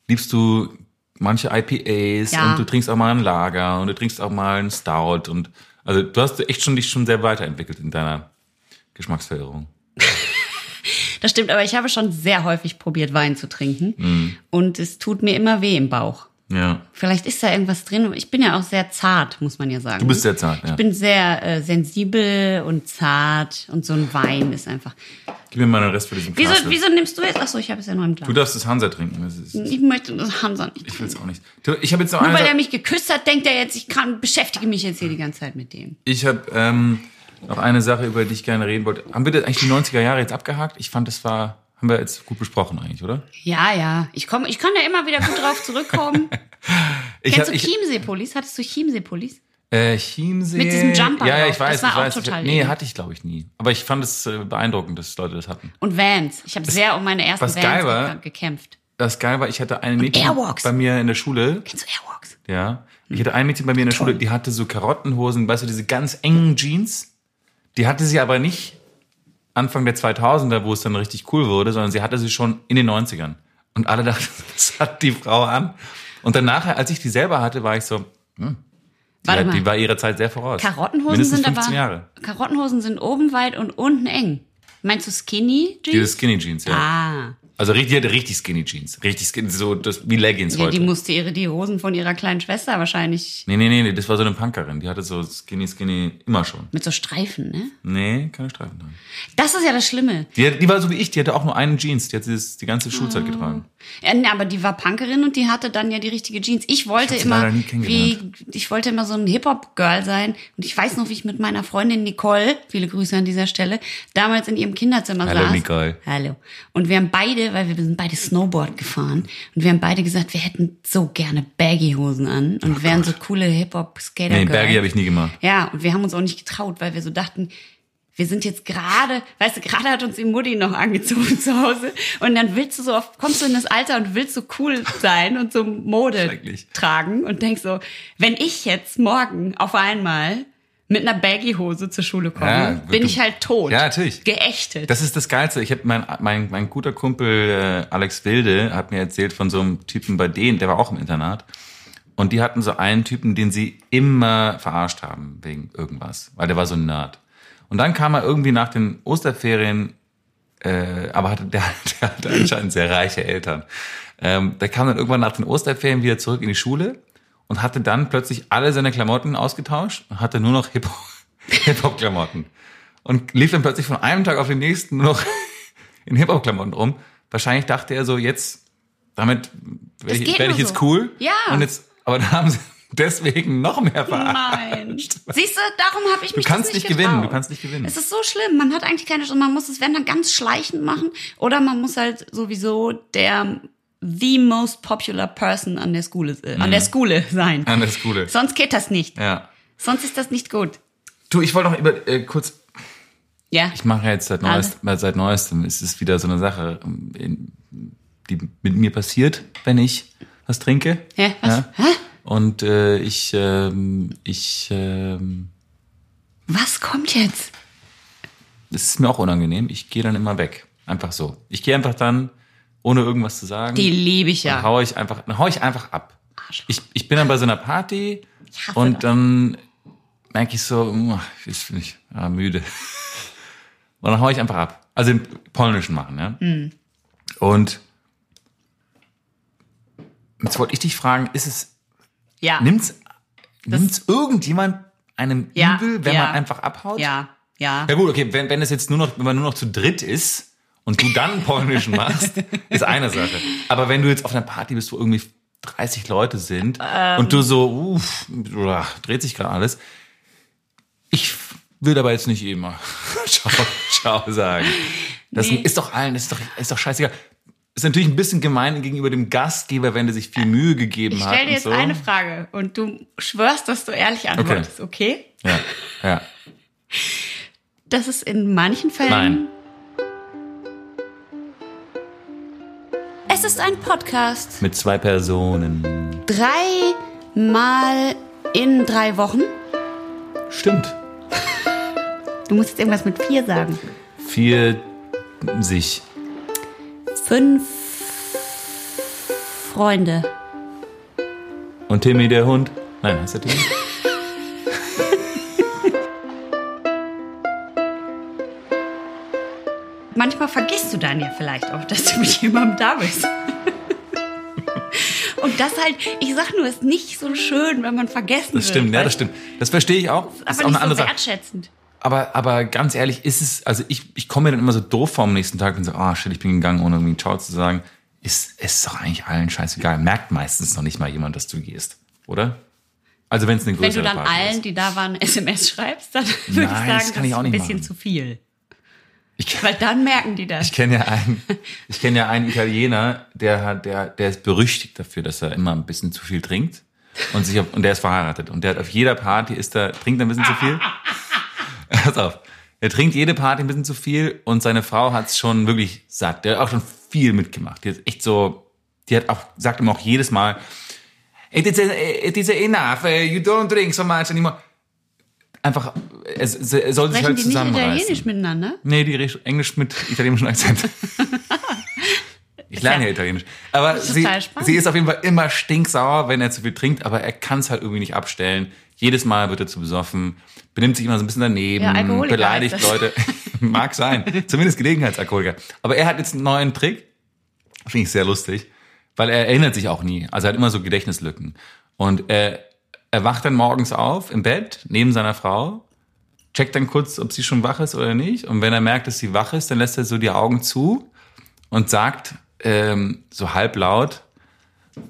liebst du manche IPAs
Ja.
und du trinkst auch mal ein Lager und du trinkst auch mal einen Stout und also du hast echt schon dich schon sehr weiterentwickelt in deiner Geschmacksverirrung.
Das stimmt, aber ich habe schon sehr häufig probiert, Wein zu trinken.
Mhm.
Und es tut mir immer weh im Bauch.
Ja.
Vielleicht ist da irgendwas drin. Ich bin ja auch sehr zart, muss man ja sagen.
Du bist sehr zart, ja.
Ich bin sehr äh, sensibel und zart und so ein Wein ist einfach.
Gib mir mal den Rest für diesen
Wieso,
Glas.
wieso nimmst du jetzt? Achso, ich habe es ja nur im Glas.
Du darfst das Hansa trinken. Das ist,
Ich möchte das Hansa nicht.
ich Also- will es auch nicht. Du, Ich habe jetzt noch
Nur
eine
weil er
Sache.
mich geküsst hat, denkt er jetzt, ich kann, beschäftige mich jetzt hier die ganze Zeit mit dem.
Ich habe ähm, noch eine Sache, über die ich gerne reden wollte. Haben wir das eigentlich die 90er Jahre jetzt abgehakt? Ich fand, das war, haben wir jetzt gut besprochen eigentlich, oder?
Ja, ja. Ich komme, ich kann ja immer wieder gut drauf zurückkommen.
[laughs] Ich
Kennst
hab-
du Chiemsee-Police? Hattest du Chiemsee-Police?
Äh, Chiemsee.
Mit diesem Jumper
Ja, ja,
drauf.
ich weiß,
Das war
ich
auch
weiß.
total
nee,
edel.
hatte ich glaube ich nie. Aber ich fand es äh, beeindruckend, dass Leute das hatten.
Und Vans. Ich habe sehr um meine ersten
was
Vans
geil war-
gek- gekämpft.
Das geil war, ich hatte ein Mädchen
Airwalks.
bei mir in der Schule.
Kennst du Airwalks?
Ja. Ich hatte ein Mädchen bei mir in der Schule, die hatte so Karottenhosen, weißt du, diese ganz engen Jeans. Die hatte sie aber nicht Anfang der 2000er, wo es dann richtig cool wurde, sondern sie hatte sie schon in den 90ern. Und alle dachten, [laughs] das hat die Frau an. Und dann nachher, als ich die selber hatte, war ich so, die,
Warte
hat-
mal.
die war ihrer Zeit sehr voraus.
Karottenhosen
Mindestens
sind
15
aber
Jahre.
Karottenhosen sind oben weit und unten eng. Meinst du Skinny
Diese
Jeans?
Skinny Jeans, ja.
Ah,
Also richtig, die hatte richtig skinny Jeans. Richtig skinny, so das, wie Leggings
ja,
heute.
die musste ihre die Hosen von ihrer kleinen Schwester wahrscheinlich
nee, nee, nee, nee, das war so eine Punkerin. Die hatte so skinny, skinny immer schon.
mit so Streifen, ne?
Nee, keine Streifen dran.
Das ist ja das Schlimme.
Die, hat- die war so wie ich, die hatte auch nur einen Jeans. Die hat dieses, die ganze Schulzeit getragen.
Ja, ne, aber die war Punkerin und die hatte dann ja die richtige Jeans. Ich wollte
Ich hab sie
immer
leider nie
wie
kennengelernt.
ich wollte immer so ein Hip-Hop-Girl sein und ich weiß noch, wie ich mit meiner Freundin Nicole, viele Grüße an dieser Stelle, damals in ihrem Kinderzimmer
Hallo,
saß.
Nicole.
Hallo. Und wir haben beide, weil wir sind beide Snowboard gefahren und wir haben beide gesagt, wir hätten so gerne Baggy-Hosen an und wären so coole Hip-Hop-Skater.
Nee, Bergi habe ich nie gemacht.
Ja, und wir haben uns auch nicht getraut, weil wir so dachten, wir sind jetzt gerade, weißt du, gerade hat uns die Mutti noch angezogen zu Hause. Und dann willst du so auf, kommst du in das Alter und willst so cool sein und so Mode
Schrecklich.
tragen und denkst so, wenn ich jetzt morgen auf einmal mit einer Baggy-Hose zur Schule komme,
Ja,
bin
du-
ich halt tot.
Ja, natürlich.
Geächtet.
Das ist das Geilste. Ich habe mein, mein, mein guter Kumpel äh, Alex Wilde hat mir erzählt von so einem Typen bei denen, der war auch im Internat. Und die hatten so einen Typen, den sie immer verarscht haben wegen irgendwas, weil der war so ein Nerd. Und dann kam er irgendwie nach den Osterferien Äh, aber hatte, [laughs] der, der hatte anscheinend sehr reiche Eltern. Ähm, der kam dann irgendwann nach den Osterferien wieder zurück in die Schule und hatte dann plötzlich alle seine Klamotten ausgetauscht und hatte nur noch Hip- [laughs] Hip-Hop-Klamotten. und lief dann plötzlich von einem Tag auf den nächsten nur noch [laughs] in Hip-Hop-Klamotten rum. Wahrscheinlich dachte er so, jetzt, damit
Das
werde ich,
geht
werd
nur
ich jetzt
so.
cool.
Ja.
Und jetzt, aber dann haben sie [laughs] deswegen noch mehr verarscht. [laughs]
Nein. Siehst du, darum habe ich
Du
mich
kannst
das nicht
nicht gewinnen,
getraut.
du kannst nicht gewinnen.
Es ist so schlimm. Man hat eigentlich keine Chance. Man muss es, wenn dann ganz schleichend machen. Oder man muss halt sowieso der the most popular person an der Schule, äh, an der Schule sein.
Mhm. An der Schule.
Sonst geht das nicht.
Ja.
Sonst ist das nicht gut.
Du, ich wollte noch über äh, kurz
Ja.
Ich mache jetzt seit neuestem, äh, seit neuestem ist es wieder so eine Sache, ähm, in- die mit mir passiert, wenn ich was trinke.
Ja, was?
Und äh, ich, ähm, ich, ähm,
Was kommt jetzt?
es ist mir auch unangenehm. Ich gehe dann immer weg, einfach so. Ich gehe einfach dann ohne irgendwas zu sagen.
Die liebe ich ja.
Dann hau ich einfach, dann hau ich einfach ab.
Arschloch.
Ich, ich bin dann bei so einer Party
hasse
und
das.
dann merke ich so, "Uah, jetzt bin ich ah, müde. [laughs] Und dann hau ich einfach ab. Also im Polnischen machen, ja.
Mhm.
Und jetzt wollte ich dich fragen, ist es,
Ja.
nimmt's, nimmt's irgendjemand einem
Ja,
übel, wenn
ja.
man einfach abhaut?
Ja. Ja.
Ja gut, okay, wenn, wenn es jetzt nur noch, wenn man nur noch zu dritt ist und du dann einen polnischen
[laughs]
machst, ist eine Sache. Aber wenn du jetzt auf einer Party bist, wo irgendwie 30 Leute sind
Ähm.
und du so, uff, uah, dreht sich gerade alles. Ich will dabei jetzt nicht immer [laughs] ciao, ciao sagen. Das
Nee.
ist doch allen, ist doch, ist doch scheißegal. Ist natürlich ein bisschen gemein gegenüber dem Gastgeber, wenn der sich viel Mühe gegeben
Äh, Ich
hat.
stelle dir
und
jetzt
so.
eine Frage und du schwörst, dass du ehrlich antwortest, okay?
Ja, ja.
Das ist in manchen Fällen.
Nein.
Es ist ein Podcast.
Mit zwei Personen.
Dreimal in drei Wochen.
Stimmt.
Du musst jetzt irgendwas mit vier sagen.
Vier sich.
Fünf Freunde.
Und Timmy der Hund. Nein, heißt der Timmy?
Manchmal vergisst du dann ja vielleicht auch, dass du mit jemandem da
[laughs]
bist. Und das halt, ich sag nur, ist nicht so schön, wenn man vergessen
Das stimmt,
wird.
ja, das
weißt
stimmt. Das verstehe ich auch.
du?
ist auch
Aber
eine
nicht so
andere Sache.
wertschätzend.
Aber, aber ganz ehrlich, ist es, also ich, ich komme mir dann immer so doof vor am nächsten Tag und so, ah, shit, ich bin gegangen, ohne irgendwie Ciao zu sagen. Ist, ist doch eigentlich allen scheißegal. Merkt meistens noch nicht mal jemand, dass du gehst, oder? Also wenn es eine
Wenn
größere
du dann
Party
allen,
ist.
die da waren, [laughs] SMS schreibst, dann würde ich
das
sagen,
kann ich auch
ist ein
nicht
bisschen
machen.
zu viel.
Ich kenn-
[laughs] Weil dann merken die das.
Ich kenne ja einen, ich kenne ja einen Italiener, der hat, der, der ist berüchtigt dafür, dass er immer ein bisschen zu viel trinkt und sich auf, und der ist verheiratet und der hat auf jeder Party ist er trinkt ein bisschen zu viel. [laughs] Pass auf, er trinkt jede Party ein bisschen zu viel und seine Frau hat's schon wirklich satt. Der hat auch schon viel mitgemacht. Die ist echt so, die hat auch sagt ihm auch jedes Mal, it is, it is enough, eh, you don't drink so much anymore. Einfach, er, er soll sich
Sprechen
halt
die nicht
zusammenreißen.
italienisch miteinander?
Nee, die redet Englisch mit italienischem Akzent.
[laughs]
Ich lerne ja Italienisch. Aber sie,
total spannend.
sie ist auf jeden Fall immer stinksauer, wenn er zu viel trinkt, aber er kann es halt irgendwie nicht abstellen. Jedes Mal wird er zu besoffen, benimmt sich immer so ein bisschen daneben,
Ja, Alkoholiker
beleidigt
heißt das.
Leute. [laughs] Mag
[laughs]
sein. Zumindest Gelegenheitsalkoholiker. Aber er hat jetzt einen neuen Trick. Finde ich sehr lustig, weil er erinnert sich auch nie. Also er hat immer so Gedächtnislücken. Und äh, er wacht dann morgens auf im Bett neben seiner Frau checkt dann kurz, ob sie schon wach ist oder nicht. Und wenn er merkt, dass sie wach ist, dann lässt er so die Augen zu und sagt ähm, so halblaut,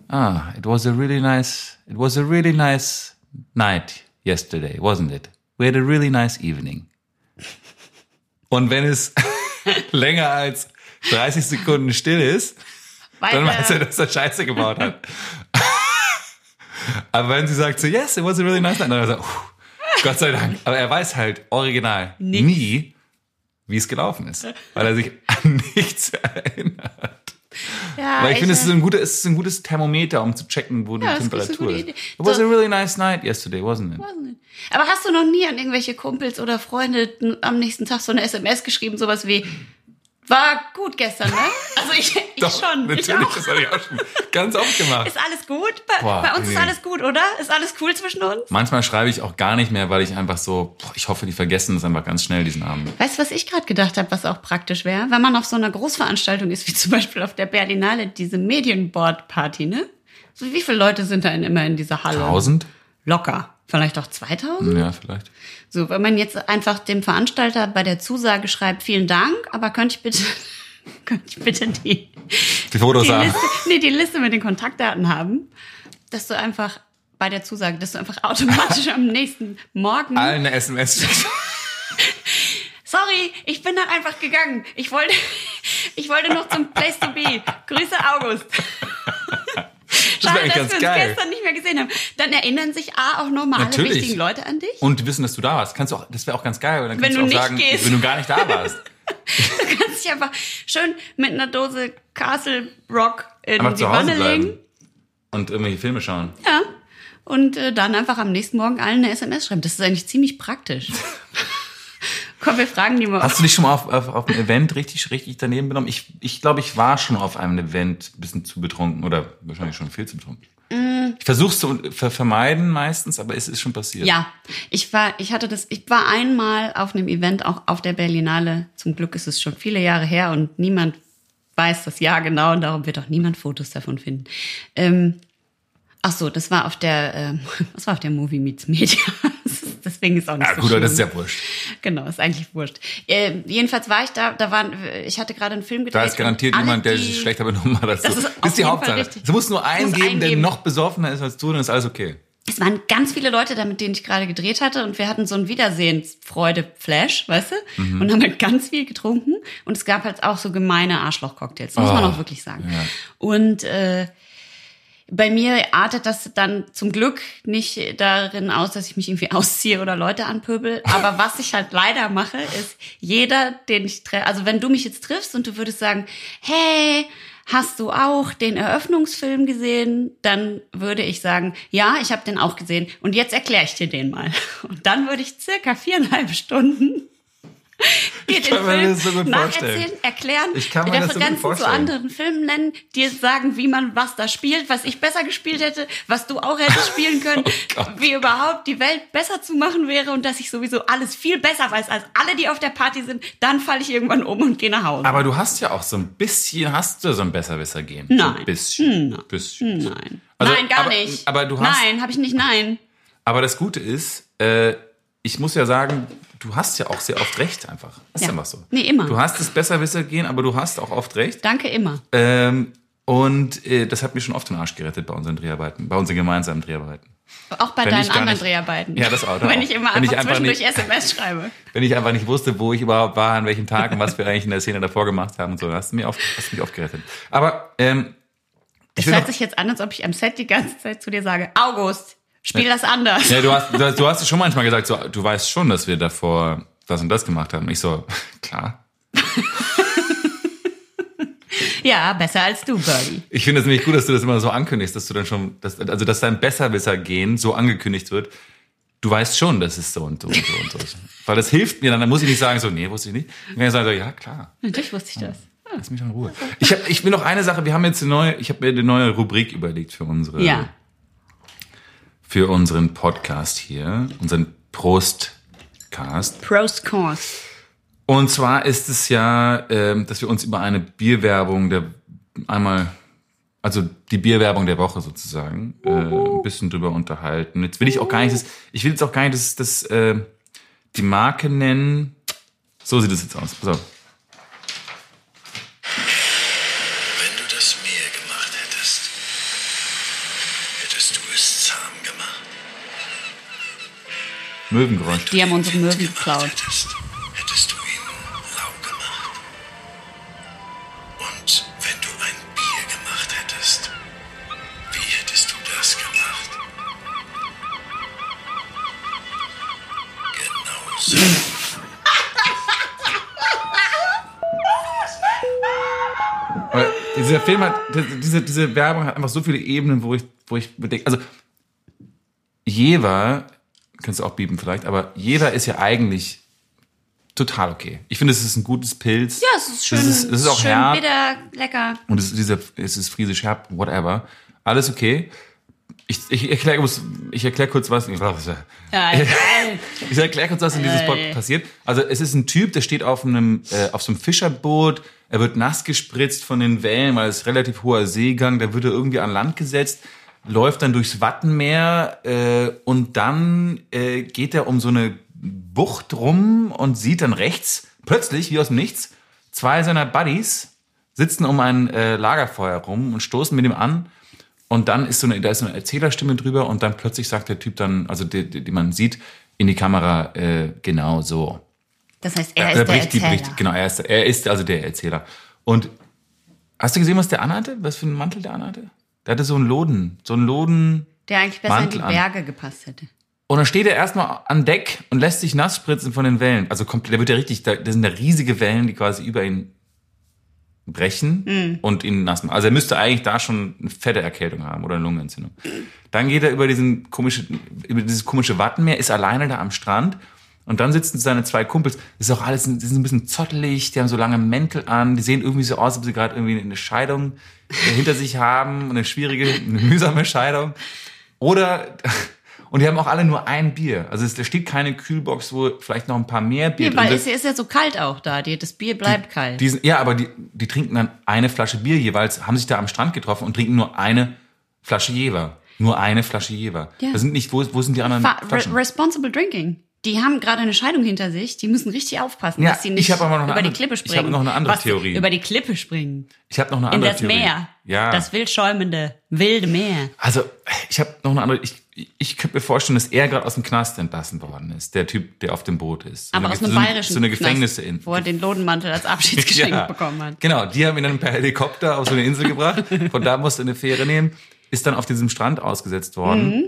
ah, it was a really nice, it was a really nice night yesterday, wasn't it? We had a really nice evening. Und wenn es [laughs] länger als 30 Sekunden still ist, dann weiß
äh,
er, dass er Scheiße gebaut hat. [laughs] Aber wenn sie sagt so, yes, it was a really nice night, dann sagt er, "Puh, Gott sei Dank. Aber er weiß halt original
Nix.
nie, wie es gelaufen ist, weil er sich an nichts erinnert.
ja,
Weil ich finde,
echt,
es ist ein gutes, es ist ein gutes Thermometer, um zu checken, wo die
Ja, das ist eine
Temperatur
gute
ist.
Idee.
It was
So.
a really nice night yesterday, wasn't it?
weiß nicht. Aber hast du noch nie an irgendwelche Kumpels oder Freunde n- am nächsten Tag so eine SMS geschrieben, sowas wie War gut
[laughs]
gestern, ne? Also ich, ich
Doch,
schon.
Natürlich,
Ich auch.
das habe ich auch schon ganz oft gemacht.
Ist alles gut? Bei,
Boah,
bei uns
nee.
ist alles gut, oder? Ist alles cool zwischen uns?
Manchmal schreibe ich auch gar nicht mehr, weil ich einfach so, boah, ich hoffe, die vergessen das einfach ganz schnell, diesen Abend.
Weißt du, was ich gerade gedacht habe, was auch praktisch wäre? Wenn man auf so einer Großveranstaltung ist, wie zum Beispiel auf der Berlinale, diese Medienboard-Party, ne? So, wie viele Leute sind da denn immer in dieser Halle?
1000?
Locker. Vielleicht auch 2000?
Ja, vielleicht.
So, wenn man jetzt einfach dem Veranstalter bei der Zusage schreibt, vielen Dank, aber könnte ich bitte, [laughs] könnte ich bitte die,
Die Fotos
die,
sagen.
Liste, nee, die Liste mit den Kontaktdaten haben, dass du einfach bei der Zusage, dass du
[laughs]
einfach automatisch am nächsten Morgen,
Allen eine SMS schicken.
sorry, ich bin dann einfach gegangen. Ich wollte, [laughs] ich wollte noch zum Place to be. Grüße August.
[laughs]
[laughs]
Das wäre eigentlich
Schade, dass wir uns
ganz geil.
gestern nicht mehr gesehen haben. Dann erinnern sich A auch nochmal alle
Natürlich.
wichtigen Leute an dich.
Und die wissen, dass du da warst. Kannst du auch, das wäre auch ganz geil. weil Dann kannst
Wenn
du
du
auch
nicht
sagen,
gehst.
wenn du gar nicht da warst.
Du kannst dich einfach schön mit einer Dose Castle Rock [laughs] in
Einfach
die
zu Hause
Wanne
bleiben.
legen.
Und irgendwelche Filme schauen.
Ja. Und äh, dann einfach am nächsten Morgen allen eine SMS schreiben. Das ist eigentlich
[laughs]
ziemlich praktisch. Komm, wir fragen die mal.
Hast du dich schon mal auf, auf, auf einem Event richtig, richtig daneben benommen? Ich, ich glaube, ich war schon auf einem Event ein bisschen zu betrunken oder wahrscheinlich schon viel zu betrunken.
Mm.
Ich versuche es zu ver vermeiden meistens, aber es ist schon passiert.
Ja, ich war, ich hatte das, ich war einmal auf einem Event auch auf der Berlinale. Zum Glück ist es schon viele Jahre her und niemand weiß das Jahr genau und darum wird auch niemand Fotos davon finden. Ähm, ach so, das war auf der, ähm, [laughs] das war auf der Movie Meets Media. [laughs] Das ist- Deswegen ist auch nicht
Ja,
so
gut, aber
schlimm.
das ist ja wurscht.
Genau, ist eigentlich wurscht. Äh, jedenfalls war ich da, da waren, ich hatte gerade einen Film gedreht.
Da ist garantiert
und alle,
jemand, der
die-
sich schlechter benommen hat als du.
Das ist
Das
auf
ist die
jeden Fall
Hauptsache.
richtig.
Es muss nur einen
muss
geben,
einen
der
geben.
noch besoffener ist als du, dann ist alles okay.
Es waren ganz viele Leute da, mit denen ich gerade gedreht hatte und wir hatten so ein Wiedersehensfreude-Flash, weißt du? Und haben halt ganz viel getrunken und es gab halt auch so gemeine Arschloch-Cocktails, muss man
Oh,
auch wirklich sagen. Und äh, bei mir artet das dann zum Glück nicht darin aus, dass ich mich irgendwie [laughs] ausziehe oder Leute anpöbel. Aber was ich halt leider mache, ist jeder, den ich treffe, also wenn du mich jetzt triffst und du würdest sagen, hey, hast du auch den Eröffnungsfilm gesehen? Dann würde ich sagen, ja, ich habe den auch gesehen. Und jetzt erkläre ich dir den mal. Und dann würde ich circa viereinhalb Stunden dir den
kann mir
Film
das so gut
nacherzählen,
vorstellen.
erklären,
Ich kann mir das so gut
Referenzen zu
vorstellen.
anderen anderen Filmen nennen, dir sagen, wie man was da spielt, was ich besser gespielt hätte, was du auch hättest
[laughs]
spielen können,
Oh Gott.
wie überhaupt die Welt besser zu machen wäre und dass ich sowieso alles viel besser weiß als alle, die auf der Party sind, dann falle ich irgendwann um und gehe nach Hause.
Aber du hast ja auch so ein bisschen, hast du so ein Besserwisser gehen. So ein
Nein. Hm.
bisschen. bisschen.
nein.
Also,
nein, gar
aber-
nicht.
aber du hast-
Nein, habe ich nicht, nein.
Aber das Gute ist, äh, ich muss ja sagen, du hast ja auch sehr oft recht einfach. Ist
Ja.
einfach so.
Nee, immer.
Du hast das Besserwisser gehen, aber du hast auch oft recht.
Danke immer.
Ähm, und äh, das hat mir schon oft den Arsch gerettet bei unseren Dreharbeiten, bei unseren gemeinsamen Dreharbeiten.
Auch bei
Wenn ich
deinen
gar
anderen
nicht-
Dreharbeiten.
Ja, das auch, das
[laughs] Wenn
auch.
ich immer
Wenn ich
einfach
einfach
zwischendurch
nicht-
SMS schreibe.
Wenn ich einfach nicht wusste, wo ich überhaupt war, an welchen Tagen, was wir eigentlich in der Szene davor gemacht haben und so, da hast du mir oft, hast du mich oft gerettet. Aber ähm, ich
Das
will
hört
noch,
sich jetzt an, als ob ich am Set die ganze Zeit zu dir sage, August, spiel das anders.
ja, du hast, du hast, du hast schon manchmal gesagt, so, du weißt schon, dass wir davor das und das gemacht haben. Ich so, [laughs] klar.
[laughs] Ja, besser als du, Birdie.
Ich finde es nämlich gut, dass du das immer so ankündigst, dass du dann schon, dass, also dass dein Besserwisser-Gehen so angekündigt wird. Du weißt schon, das ist so und so und so und so. ist. Weil das hilft mir dann, dann muss ich nicht sagen, so, nee, wusste ich nicht. Dann kann ich sagen, so, ja, klar,
Natürlich wusste ich das.
lass mich doch in Ruhe. Ich, hab, ich will noch eine Sache, wir haben jetzt eine neue, ich habe mir eine neue Rubrik überlegt für unsere,
Ja.
für unseren Podcast hier, unseren Prostcast.
Pros, Cons.
Und zwar ist es ja, ähm, dass wir uns über eine Bierwerbung der einmal, also die Bierwerbung der Woche sozusagen, äh, ein bisschen drüber unterhalten. Jetzt will ich auch gar nicht, das, ich will jetzt auch gar nicht, dass das äh, die Marke nennen. So sieht es jetzt aus. Pass auf.
Wenn du das Meer gemacht hättest, hättest du es zahm gemacht.
Möwengeräusch.
Die haben unsere Möwen
Wind
geklaut.
Hättest, hättest du ihn lau gemacht. Und wenn du ein Bier gemacht hättest, wie hättest du das gemacht? Genauso.
Aber dieser Film hat, diese, diese Werbung hat einfach so viele Ebenen, wo ich, wo ich bedenke. Also, Jever, kannst du auch bieben vielleicht, aber Jever ist ja eigentlich total okay. Ich finde, es ist ein gutes Pilz.
Ja, es ist schön,
Es ist, es ist auch
schön
herb.
bitter, lecker.
Und es ist, dieser, es ist friesisch herb, whatever. Alles okay. Ich, ich erkläre ich erklär kurz was.
Ja, geil.
Ich erkläre kurz, was in diesem Spot
Ey.
passiert. Also es ist ein Typ, der steht auf einem äh, auf so einem Fischerboot. Er wird nass gespritzt von den Wellen, weil es relativ hoher Seegang. Da wird er irgendwie an Land gesetzt, läuft dann durchs Wattenmeer äh, und dann äh, geht er um so eine Bucht rum und sieht dann rechts plötzlich wie aus dem Nichts zwei seiner Buddies sitzen um ein äh, Lagerfeuer rum und stoßen mit ihm an. Und dann ist so eine, da ist so eine Erzählerstimme drüber und dann plötzlich sagt der Typ dann, also die, die, die man sieht, in die Kamera, äh, genau so. Äh,
Das heißt, er ist der
bricht die-
Erzähler.
bricht- genau, er ist, er ist also der Erzähler. Und hast du gesehen, was der anhatte? Was für einen Mantel der anhatte? Der hatte so einen Loden, so einen Loden.
Der eigentlich besser
Mantel
in
an.
die Berge gepasst hätte.
Und dann steht er erstmal an Deck und lässt sich nass spritzen von den Wellen. Also komplett, der wird ja richtig, da, da sind da riesige Wellen, die quasi über ihn brechen
Mhm.
und ihn nass machen. Also er müsste eigentlich da schon eine fette Erkältung haben oder eine Lungenentzündung. Dann geht er über diesen komischen, über dieses komische Wattenmeer, ist alleine da am Strand und dann sitzen seine zwei Kumpels. Das ist auch alles, die sind so ein bisschen zottelig, die haben so lange Mäntel an, die sehen irgendwie so aus, als ob sie gerade irgendwie eine Scheidung äh, hinter sich haben, eine schwierige, eine mühsame Scheidung. Oder, [laughs] und die haben auch alle nur ein Bier. Also es, da steht keine Kühlbox, wo vielleicht noch ein paar mehr Bier
Nee,
drin
weil
sind.
es ist ja so kalt auch da. Die, das Bier bleibt kalt.
Die sind, ja, aber die, die trinken dann eine Flasche Bier jeweils, haben sich da am Strand getroffen und trinken nur eine Flasche Jever. Nur eine Flasche Jever.
Ja.
Da sind nicht, wo, wo sind die anderen
Fa- re
Flaschen?
responsible Drinking. Die haben gerade eine Scheidung hinter sich. Die müssen richtig aufpassen,
Ja,
dass sie nicht
ich hab aber noch eine
über
andere-
die Klippe
ich hab
springen.
noch eine andere
Was,
Theorie.
Über die Klippe springen.
Ich habe noch eine
In
andere
das
Theorie.
Meer.
Ja.
Das wild schäumende, wilde Meer.
also, ich habe noch eine andere. Ich, ich, ich könnte mir vorstellen, dass er gerade aus dem Knast entlassen worden ist. Der Typ, der auf dem Boot ist. So
Aber
eine-
aus einem
so eine-
bayerischen
So eine
Knast,
Gefängnisse-In.
Wo er den Lodenmantel als
[laughs]
Abschiedsgeschenk
Ja.
bekommen hat.
Genau, die haben ihn dann per Helikopter auf so eine Insel gebracht. Von da musste er eine Fähre nehmen, ist dann auf diesem Strand ausgesetzt worden.
Mhm.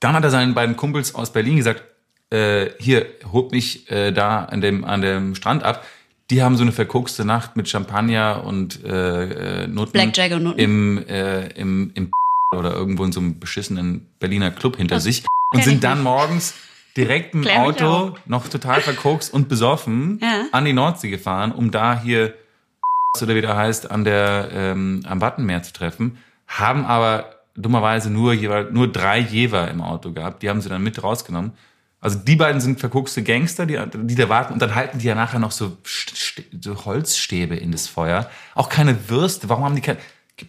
Dann hat er seinen beiden Kumpels aus Berlin gesagt, äh, hier, holt mich äh, da an dem, an dem Strand ab. Die haben so eine verkokste Nacht mit Champagner und äh, äh, Nutten.
Blackjack und Nutten.
Im, äh, im, im oder irgendwo in so einem beschissenen Berliner Club hinter sich. Und
kenn ich
sind dann morgens direkt mit dem
Klär mich
Auto noch total verkokst und besoffen
[laughs] Ja.
an die Nordsee gefahren, um da hier oder wie der heißt, an der, ähm, am Wattenmeer zu treffen, haben aber dummerweise nur, jeweil- nur drei Jever im Auto gehabt. Die haben sie dann mit rausgenommen. Also die beiden sind verkuckste Gangster, die, die da warten und dann halten die ja nachher noch so, St- St- so Holzstäbe in das Feuer. Auch keine Würste. Warum haben die keine...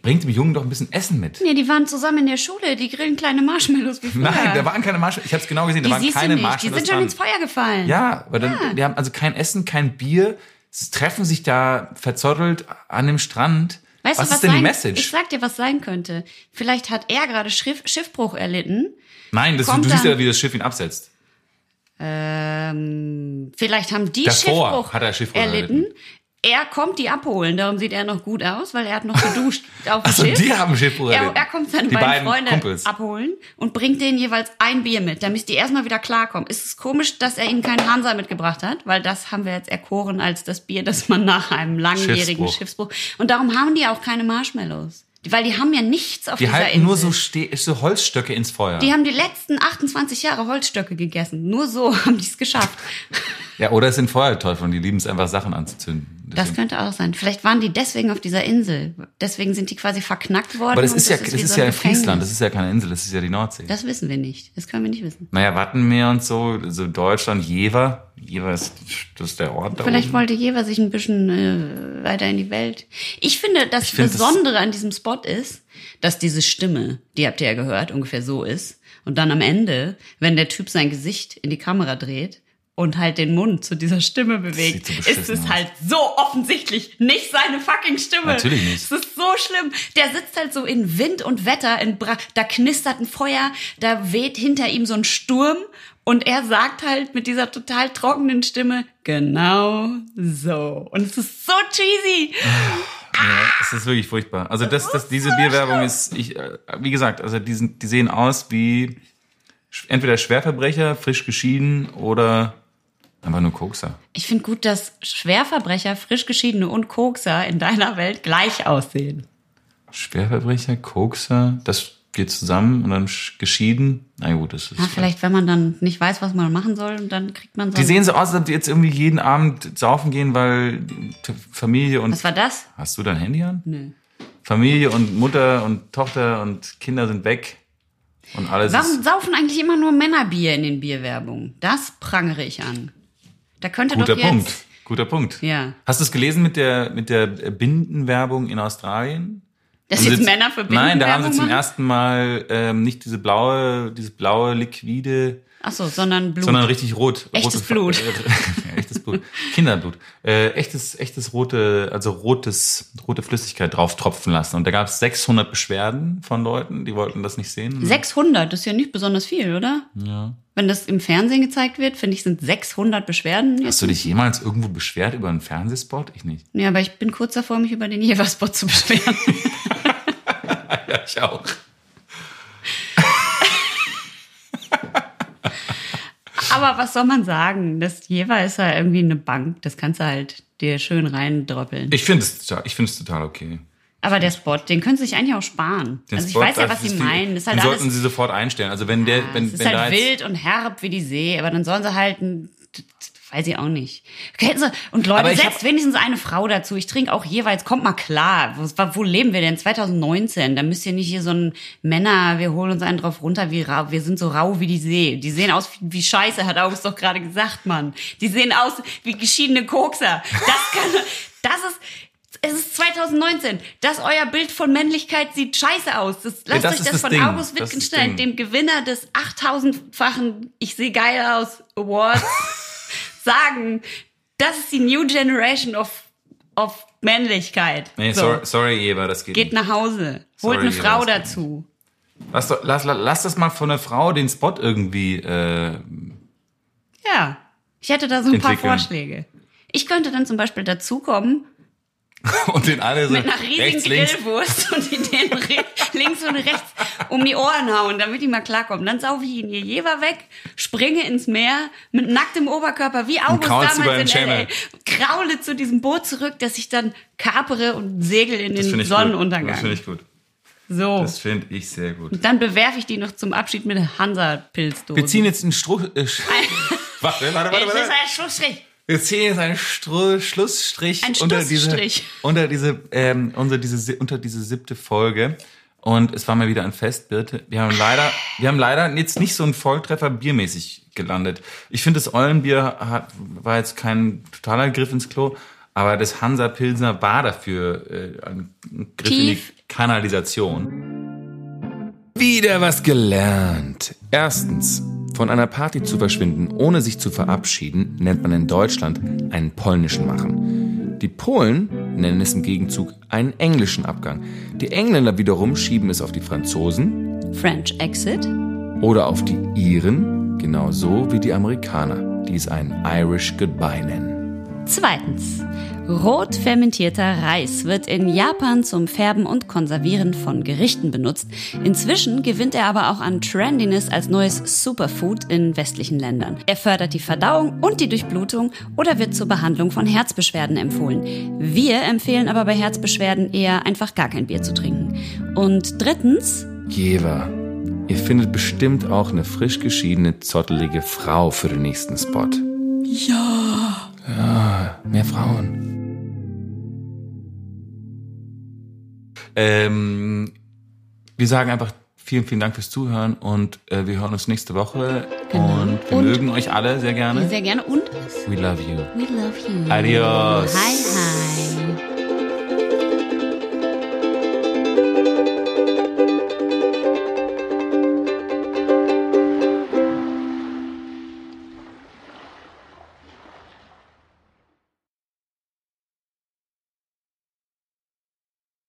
Bringt dem Jungen doch ein bisschen Essen mit.
Nee, die waren zusammen in der Schule. Die grillen kleine Marshmallows wie früher.
Nein, da waren keine Marshmallows. Ich habe es genau gesehen, da
die
waren
siehst
keine
du nicht. Die
Marshmallows
sind schon
dran.
ins Feuer gefallen.
Ja, aber dann, die haben also kein Essen, kein Bier, sie treffen sich da verzottelt an dem Strand.
Weißt
was,
du, was
ist denn
sein,
die Message?
Ich sag dir, was sein könnte. Vielleicht hat er gerade Schiff, Schiffbruch erlitten.
Nein, das,
kommt
du siehst
dann-
ja, wie das Schiff ihn absetzt.
Ähm, vielleicht haben die
Davor
Schiffbruch,
hat er Schiffbruch
erlitten. Er kommt die abholen, darum sieht er noch gut aus, weil er hat noch
[laughs]
geduscht auf dem
Also
Schiff.
die haben Schiffbruch
er,
erlitten.
er kommt seine
die
beiden,
beiden
Freunde
Kumpels.
abholen und bringt denen jeweils ein Bier mit, damit die erstmal wieder klarkommen. Es ist komisch, dass er ihnen keinen Hansa mitgebracht hat, weil das haben wir jetzt erkoren als das Bier, das man nach einem langjährigen
Schiffsbruch.
Schiffsbruch. Und darum haben die auch keine Marshmallows. Weil die haben ja nichts auf
Die
dieser
halten
Insel.
nur so, Ste so Holzstöcke ins Feuer.
Die haben die letzten 28 Jahre Holzstöcke gegessen. Nur so [laughs] haben die es geschafft.
ja, oder es sind Feuerteufel und die lieben es einfach, Sachen anzuzünden.
Das
Deswegen-
könnte auch sein. Vielleicht waren die deswegen auf dieser Insel. Deswegen sind die quasi verknackt worden.
aber das
und
ist ja, das
wie
ist
so
ja
ein
in Friesland,
Gefängnis.
das ist ja keine Insel, das ist ja die Nordsee.
Das wissen wir nicht. Das können wir nicht wissen.
naja, Wattenmeer und so, so Deutschland, Jever. Jever ist, das ist der Ort da
Vielleicht
oben.
wollte Jever sich ein bisschen äh, weiter in die Welt. Ich finde, das
find das-
Besondere an diesem Spot ist, dass diese Stimme, die habt ihr ja gehört, ungefähr so ist. Und dann am Ende, wenn der Typ sein Gesicht in die Kamera dreht und halt den Mund zu dieser Stimme
sieht
bewegt,
so
ist
beschissen
es
aus.
halt so offensichtlich nicht seine fucking Stimme.
Natürlich nicht.
Es ist so schlimm. Der sitzt halt so in Wind und Wetter, in Bra da knistert ein Feuer, da weht hinter ihm so ein Sturm und er sagt halt mit dieser total trockenen Stimme, genau so. Und es ist so cheesy.
Ja, es ist wirklich furchtbar. Also das,
Oh,
das, diese Bierwerbung ist, ich, äh, wie gesagt, also die, sind, die sehen aus wie sch- entweder Schwerverbrecher, frisch geschieden oder einfach nur Kokser.
Ich finde gut, dass Schwerverbrecher, Frischgeschiedene und Kokser in deiner Welt gleich aussehen.
Schwerverbrecher, Kokser, das geht zusammen und dann sch- geschieden. Na gut, das ist.
Ja, vielleicht, wenn man dann nicht weiß, was man machen soll, dann kriegt man so.
Die
ein-
sehen so aus, als ob die jetzt irgendwie jeden Abend saufen gehen, weil die Familie und.
was war das?
Hast du dein Handy an?
Nö.
Familie und Mutter und Tochter und Kinder sind weg und alles
Warum
ist.
saufen eigentlich immer nur Männerbier in den Bierwerbungen? Das prangere ich an. Da könnte
Guter
doch jetzt.
Punkt. Guter Punkt.
Ja.
Hast du es gelesen mit der, mit der Bindenwerbung in Australien?
Dass
Haben sie
jetzt Männer für
Nein, da haben sie
Bindenwerbung
zum
machen?
ersten Mal ähm, nicht diese blaue, dieses blaue Liquide,
Ach so, sondern Blut.
sondern richtig rot.
Echtes
rote Fa-
Blut.
[laughs] Äh, echtes Blut. Kinderblut. Äh, echtes, echtes rote, also rotes, rote Flüssigkeit drauf tropfen lassen. Und da gab es 600 Beschwerden von Leuten, die wollten das nicht sehen.
600 ist ja nicht besonders viel, oder?
Ja.
Wenn das im Fernsehen gezeigt wird, finde ich, sind 600 Beschwerden.
Hast
Jetzt.
du dich jemals irgendwo beschwert über einen Fernsehspot? Ich nicht.
Ja, aber ich bin kurz davor, mich über den Jeverspot
[laughs]
zu beschweren.
Ja, ich auch.
aber was soll man sagen? Das Jever ist ja irgendwie eine Bank. Das kannst du halt dir schön reindröppeln.
Ich finde es total, ich find's total okay.
Aber der Spot, den können sie sich eigentlich auch sparen.
Den
also ich
Spot,
weiß ja,
das
was sie
ist viel-
meinen. Das ist halt
den
alles,
sollten sie sofort einstellen. Also wenn der, wenn,
es ist
wenn da
halt
jetzt,
wild und herb wie die See, aber dann sollen sie halt ein Weiß ich auch nicht. Kennst du- Und Leute,
Aber ich
setzt
hab-
wenigstens eine Frau dazu. Ich trinke auch jeweils, kommt mal klar. Wo, wo leben wir denn? 2019. Da müsst ihr nicht hier so ein Männer, wir holen uns einen drauf runter, wie rau, wir sind so rau wie die See. Die sehen aus wie, wie Scheiße, hat August doch gerade gesagt, Mann. Die sehen aus wie geschiedene Kokser. Das kann, das ist, es ist 2019. Das euer Bild von Männlichkeit sieht scheiße aus. Das, lasst
das
euch
ist
das,
das
von
Ding.
August
Das ist das
Wittgenstein,
Ding.
dem Gewinner des 8000-fachen Ich sehe geil aus
[laughs]
Awards sagen, das ist die New Generation of, of Männlichkeit.
Nee,
So,
sorry, sorry, Eva, das geht,
Geht
nicht.
nach Hause. Holt
Sorry,
eine
ja,
Frau
das geht
dazu.
Lass, doch, lass, lass, lass das mal von der Frau den Spot irgendwie, äh, [laughs]
Ja. Ich hätte da so ein paar
Entwickeln.
Vorschläge. Ich könnte dann zum Beispiel dazukommen,
und den alle so
mit einer riesigen
rechts, links.
Grillwurst [laughs] und die denen re- links und rechts um die Ohren hauen, damit die mal klarkommen. Dann saufe ich ihn ihr Jever weg, springe ins Meer mit nacktem Oberkörper, wie August
kraulst über den
damals in
Schädel.
L.A. Kraule zu diesem Boot zurück, dass ich dann kapere und segel in
Das
den
finde ich gut. Das
Sonnenuntergang. Oh.
finde ich gut.
so.
Das finde ich sehr gut.
Dann bewerfe ich die noch zum Abschied mit einer Hansa-Pilzdose.
Wir ziehen jetzt einen Struch, äh,
[laughs]
Sch- warte, warte, warte,
Das ist
warte.
ein Schlussstrich.
Wir ziehen jetzt einen Stru Schlussstrich
Ein
unter diese,
Schlussstrich.
unter diese, ähm, unter diese, si- unter diese siebte Folge. Und es war mal wieder ein Fest, Birte. Wir haben leider, wir haben leider jetzt nicht so einen Volltreffer biermäßig gelandet. Ich finde, das Eulenbier hat, war jetzt kein totaler Griff ins Klo, aber das Hansa Pilsner war dafür äh, ein Griff in die
Tief.
Kanalisation.
Wieder was gelernt. Erstens, von einer Party zu verschwinden, ohne sich zu verabschieden, nennt man in Deutschland einen polnischen Machen. Die Polen nennen es im Gegenzug einen englischen Abgang. Die Engländer wiederum schieben es auf die Franzosen
French Exit.
oder auf die Iren, genauso wie die Amerikaner, die es einen Irish Goodbye nennen.
Zweitens. Rot fermentierter Reis wird in Japan zum Färben und Konservieren von Gerichten benutzt. Inzwischen gewinnt er aber auch an Trendiness als neues Superfood in westlichen Ländern. Er fördert die Verdauung und die Durchblutung oder wird zur Behandlung von Herzbeschwerden empfohlen. Wir empfehlen aber bei Herzbeschwerden eher einfach gar kein Bier zu trinken. Und drittens,
Jever, ihr findet bestimmt auch eine frisch geschiedene, zottelige Frau für den nächsten Spot. Ja. Ja, mehr Frauen.
Ähm, wir sagen einfach vielen, vielen Dank fürs Zuhören und äh, wir hören uns nächste Woche. Und wir
Und-
mögen euch alle sehr gerne.
sehr gerne und
We love you.
we love you.
Adios.
Hi, hi.